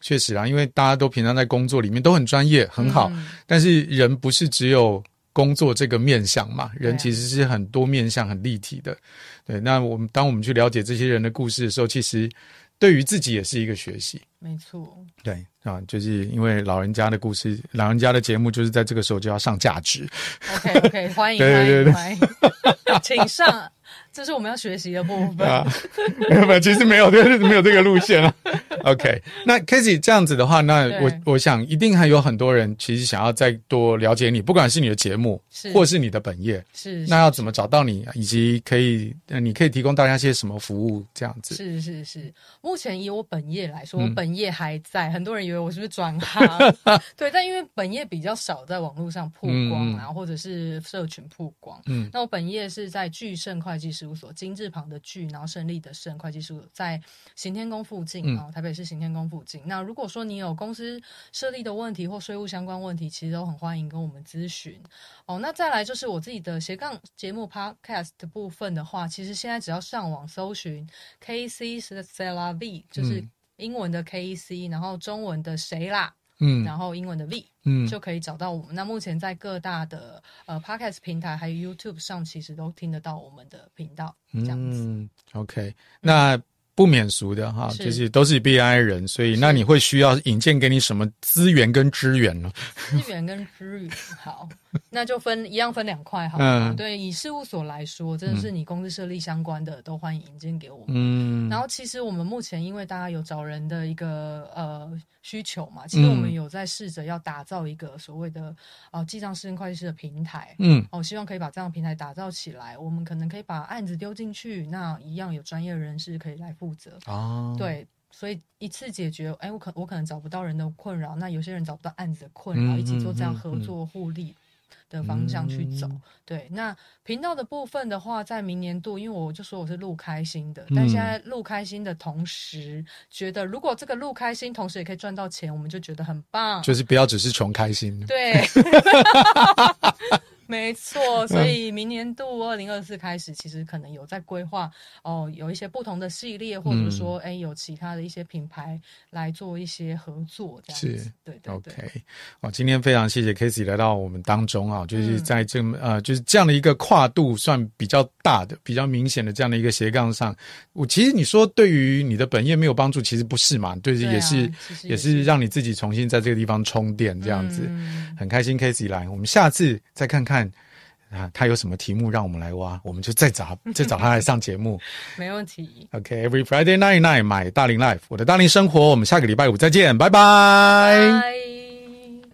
[SPEAKER 1] 确实啊，因为大家都平常在工作里面都很专业，很好，
[SPEAKER 2] 嗯
[SPEAKER 1] 但是人不是只有工作这个面向嘛，
[SPEAKER 2] 对啊
[SPEAKER 1] 人其实是很多面向、很立体的。对，那我们当我们去了解这些人的故事的时候，其实对于自己也是一个学习。
[SPEAKER 2] 没错，
[SPEAKER 1] 对啊，就是因为老人家的故事，老人家的节目就是在这个时候就要上价值。
[SPEAKER 2] OK OK，欢迎欢
[SPEAKER 1] 对对
[SPEAKER 2] 迎
[SPEAKER 1] 对
[SPEAKER 2] 欢迎， 请上，这是我们要学习的部分
[SPEAKER 1] 啊。，没有没有，其实没有这个没有这个 路线啊。OK，那 k a s e y 这样子的话，那
[SPEAKER 2] 对
[SPEAKER 1] 我我想一定还有很多人其实想要再多了解你，不管是你的节目，
[SPEAKER 2] 是
[SPEAKER 1] 或是你的本业，
[SPEAKER 2] 是，
[SPEAKER 1] 那要怎么找到你，以及可以呃你可以提供大家些什么服务这样子？
[SPEAKER 2] 是是是，目前以我本业来说，
[SPEAKER 1] 嗯
[SPEAKER 2] 我本业还在，很多人以为我是不是转 行？对，但因为本业比较少在网络上曝光啊，或者是社群曝光。
[SPEAKER 1] 嗯
[SPEAKER 2] 那我本业是在巨盛会计事务所，金字旁的巨，然后胜利的胜会计事务所，在行天宫附近
[SPEAKER 1] 嗯
[SPEAKER 2] 啊、哦，台北市行天宫附近。那如果说你有公司设立的问题或税务相关问题，其实都很欢迎跟我们咨询。哦，那再来就是我自己的斜杠节目 podcast 的部分的话，其实现在只要上网搜寻 KC 是 c e l a V，就是
[SPEAKER 1] 嗯
[SPEAKER 2] 英文的 KC，然后中文的谁啦，
[SPEAKER 1] 嗯
[SPEAKER 2] 然后英文的 V，
[SPEAKER 1] 嗯
[SPEAKER 2] 就可以找到我们。那目前在各大的呃 podcast 平台还有 YouTube 上，其实都听得到我们的频道，这样子。
[SPEAKER 1] 嗯，OK，那。不免俗的哈，
[SPEAKER 2] 是
[SPEAKER 1] 就是都是 BI 人，所以
[SPEAKER 2] 是
[SPEAKER 1] 那你会需要引荐给你什么资源跟支援呢？
[SPEAKER 2] 资源跟资 源，好，那就分一样分两块好了。
[SPEAKER 1] 嗯
[SPEAKER 2] 对，以事务所来说，真的是你公司设立相关的，都欢迎引荐给我们。
[SPEAKER 1] 嗯，
[SPEAKER 2] 然后其实我们目前因为大家有找人的一个呃需求嘛，其实我们
[SPEAKER 1] 嗯
[SPEAKER 2] 有在试着要打造一个所谓的呃记账师跟会计师的平台。
[SPEAKER 1] 嗯
[SPEAKER 2] 哦，希望可以把这样的平台打造起来。我们可能可以把案子丢进去，那一样有专业人士可以来负责。
[SPEAKER 1] 哦，
[SPEAKER 2] 对，所以一次解决，哎，我可我可能找不到人的困扰，那有些人找不到案子的困扰，
[SPEAKER 1] 嗯
[SPEAKER 2] 一起做这样
[SPEAKER 1] 嗯
[SPEAKER 2] 合
[SPEAKER 1] 嗯
[SPEAKER 2] 作互利的方向去走。
[SPEAKER 1] 嗯
[SPEAKER 2] 对，那频道的部分的话，在明年度，因为我就说我是录开心
[SPEAKER 1] 嗯
[SPEAKER 2] 的，但现在录开心的同时，觉得如果这个录开心，同时也可以赚到钱，我们就觉得很棒。
[SPEAKER 1] 就是不要只是穷开心。
[SPEAKER 2] 对，没错，所以明年度二零二四开始，其实可能有在规划哦，有一些不同的系列，或者
[SPEAKER 1] 嗯
[SPEAKER 2] 说哎、有其他的一些品牌来做一些合作，这样子。
[SPEAKER 1] 是
[SPEAKER 2] 对对对啊
[SPEAKER 1] OK，哦，今天非常谢谢 Casey 来到我们当中啊，就是
[SPEAKER 2] 嗯
[SPEAKER 1] 在这么、呃，就是这样的一个跨度算比较大的、比较明显的这样的一个斜杠上，我其实你说对于你的本业没有帮助，其实不是嘛，就是
[SPEAKER 2] 对啊
[SPEAKER 1] 也是、
[SPEAKER 2] 其实
[SPEAKER 1] 也是让你自己重新在这个地方充电这样子，
[SPEAKER 2] 嗯
[SPEAKER 1] 很开心 Casey 来，我们下次再看看。啊，他有什么题目让我们来挖，我们就再 找再找他来上节目。
[SPEAKER 2] 没问题。
[SPEAKER 1] OK，Every、Friday night night 买大龄 life，我的大龄生活，我们下个礼拜五再见，拜拜
[SPEAKER 2] 拜。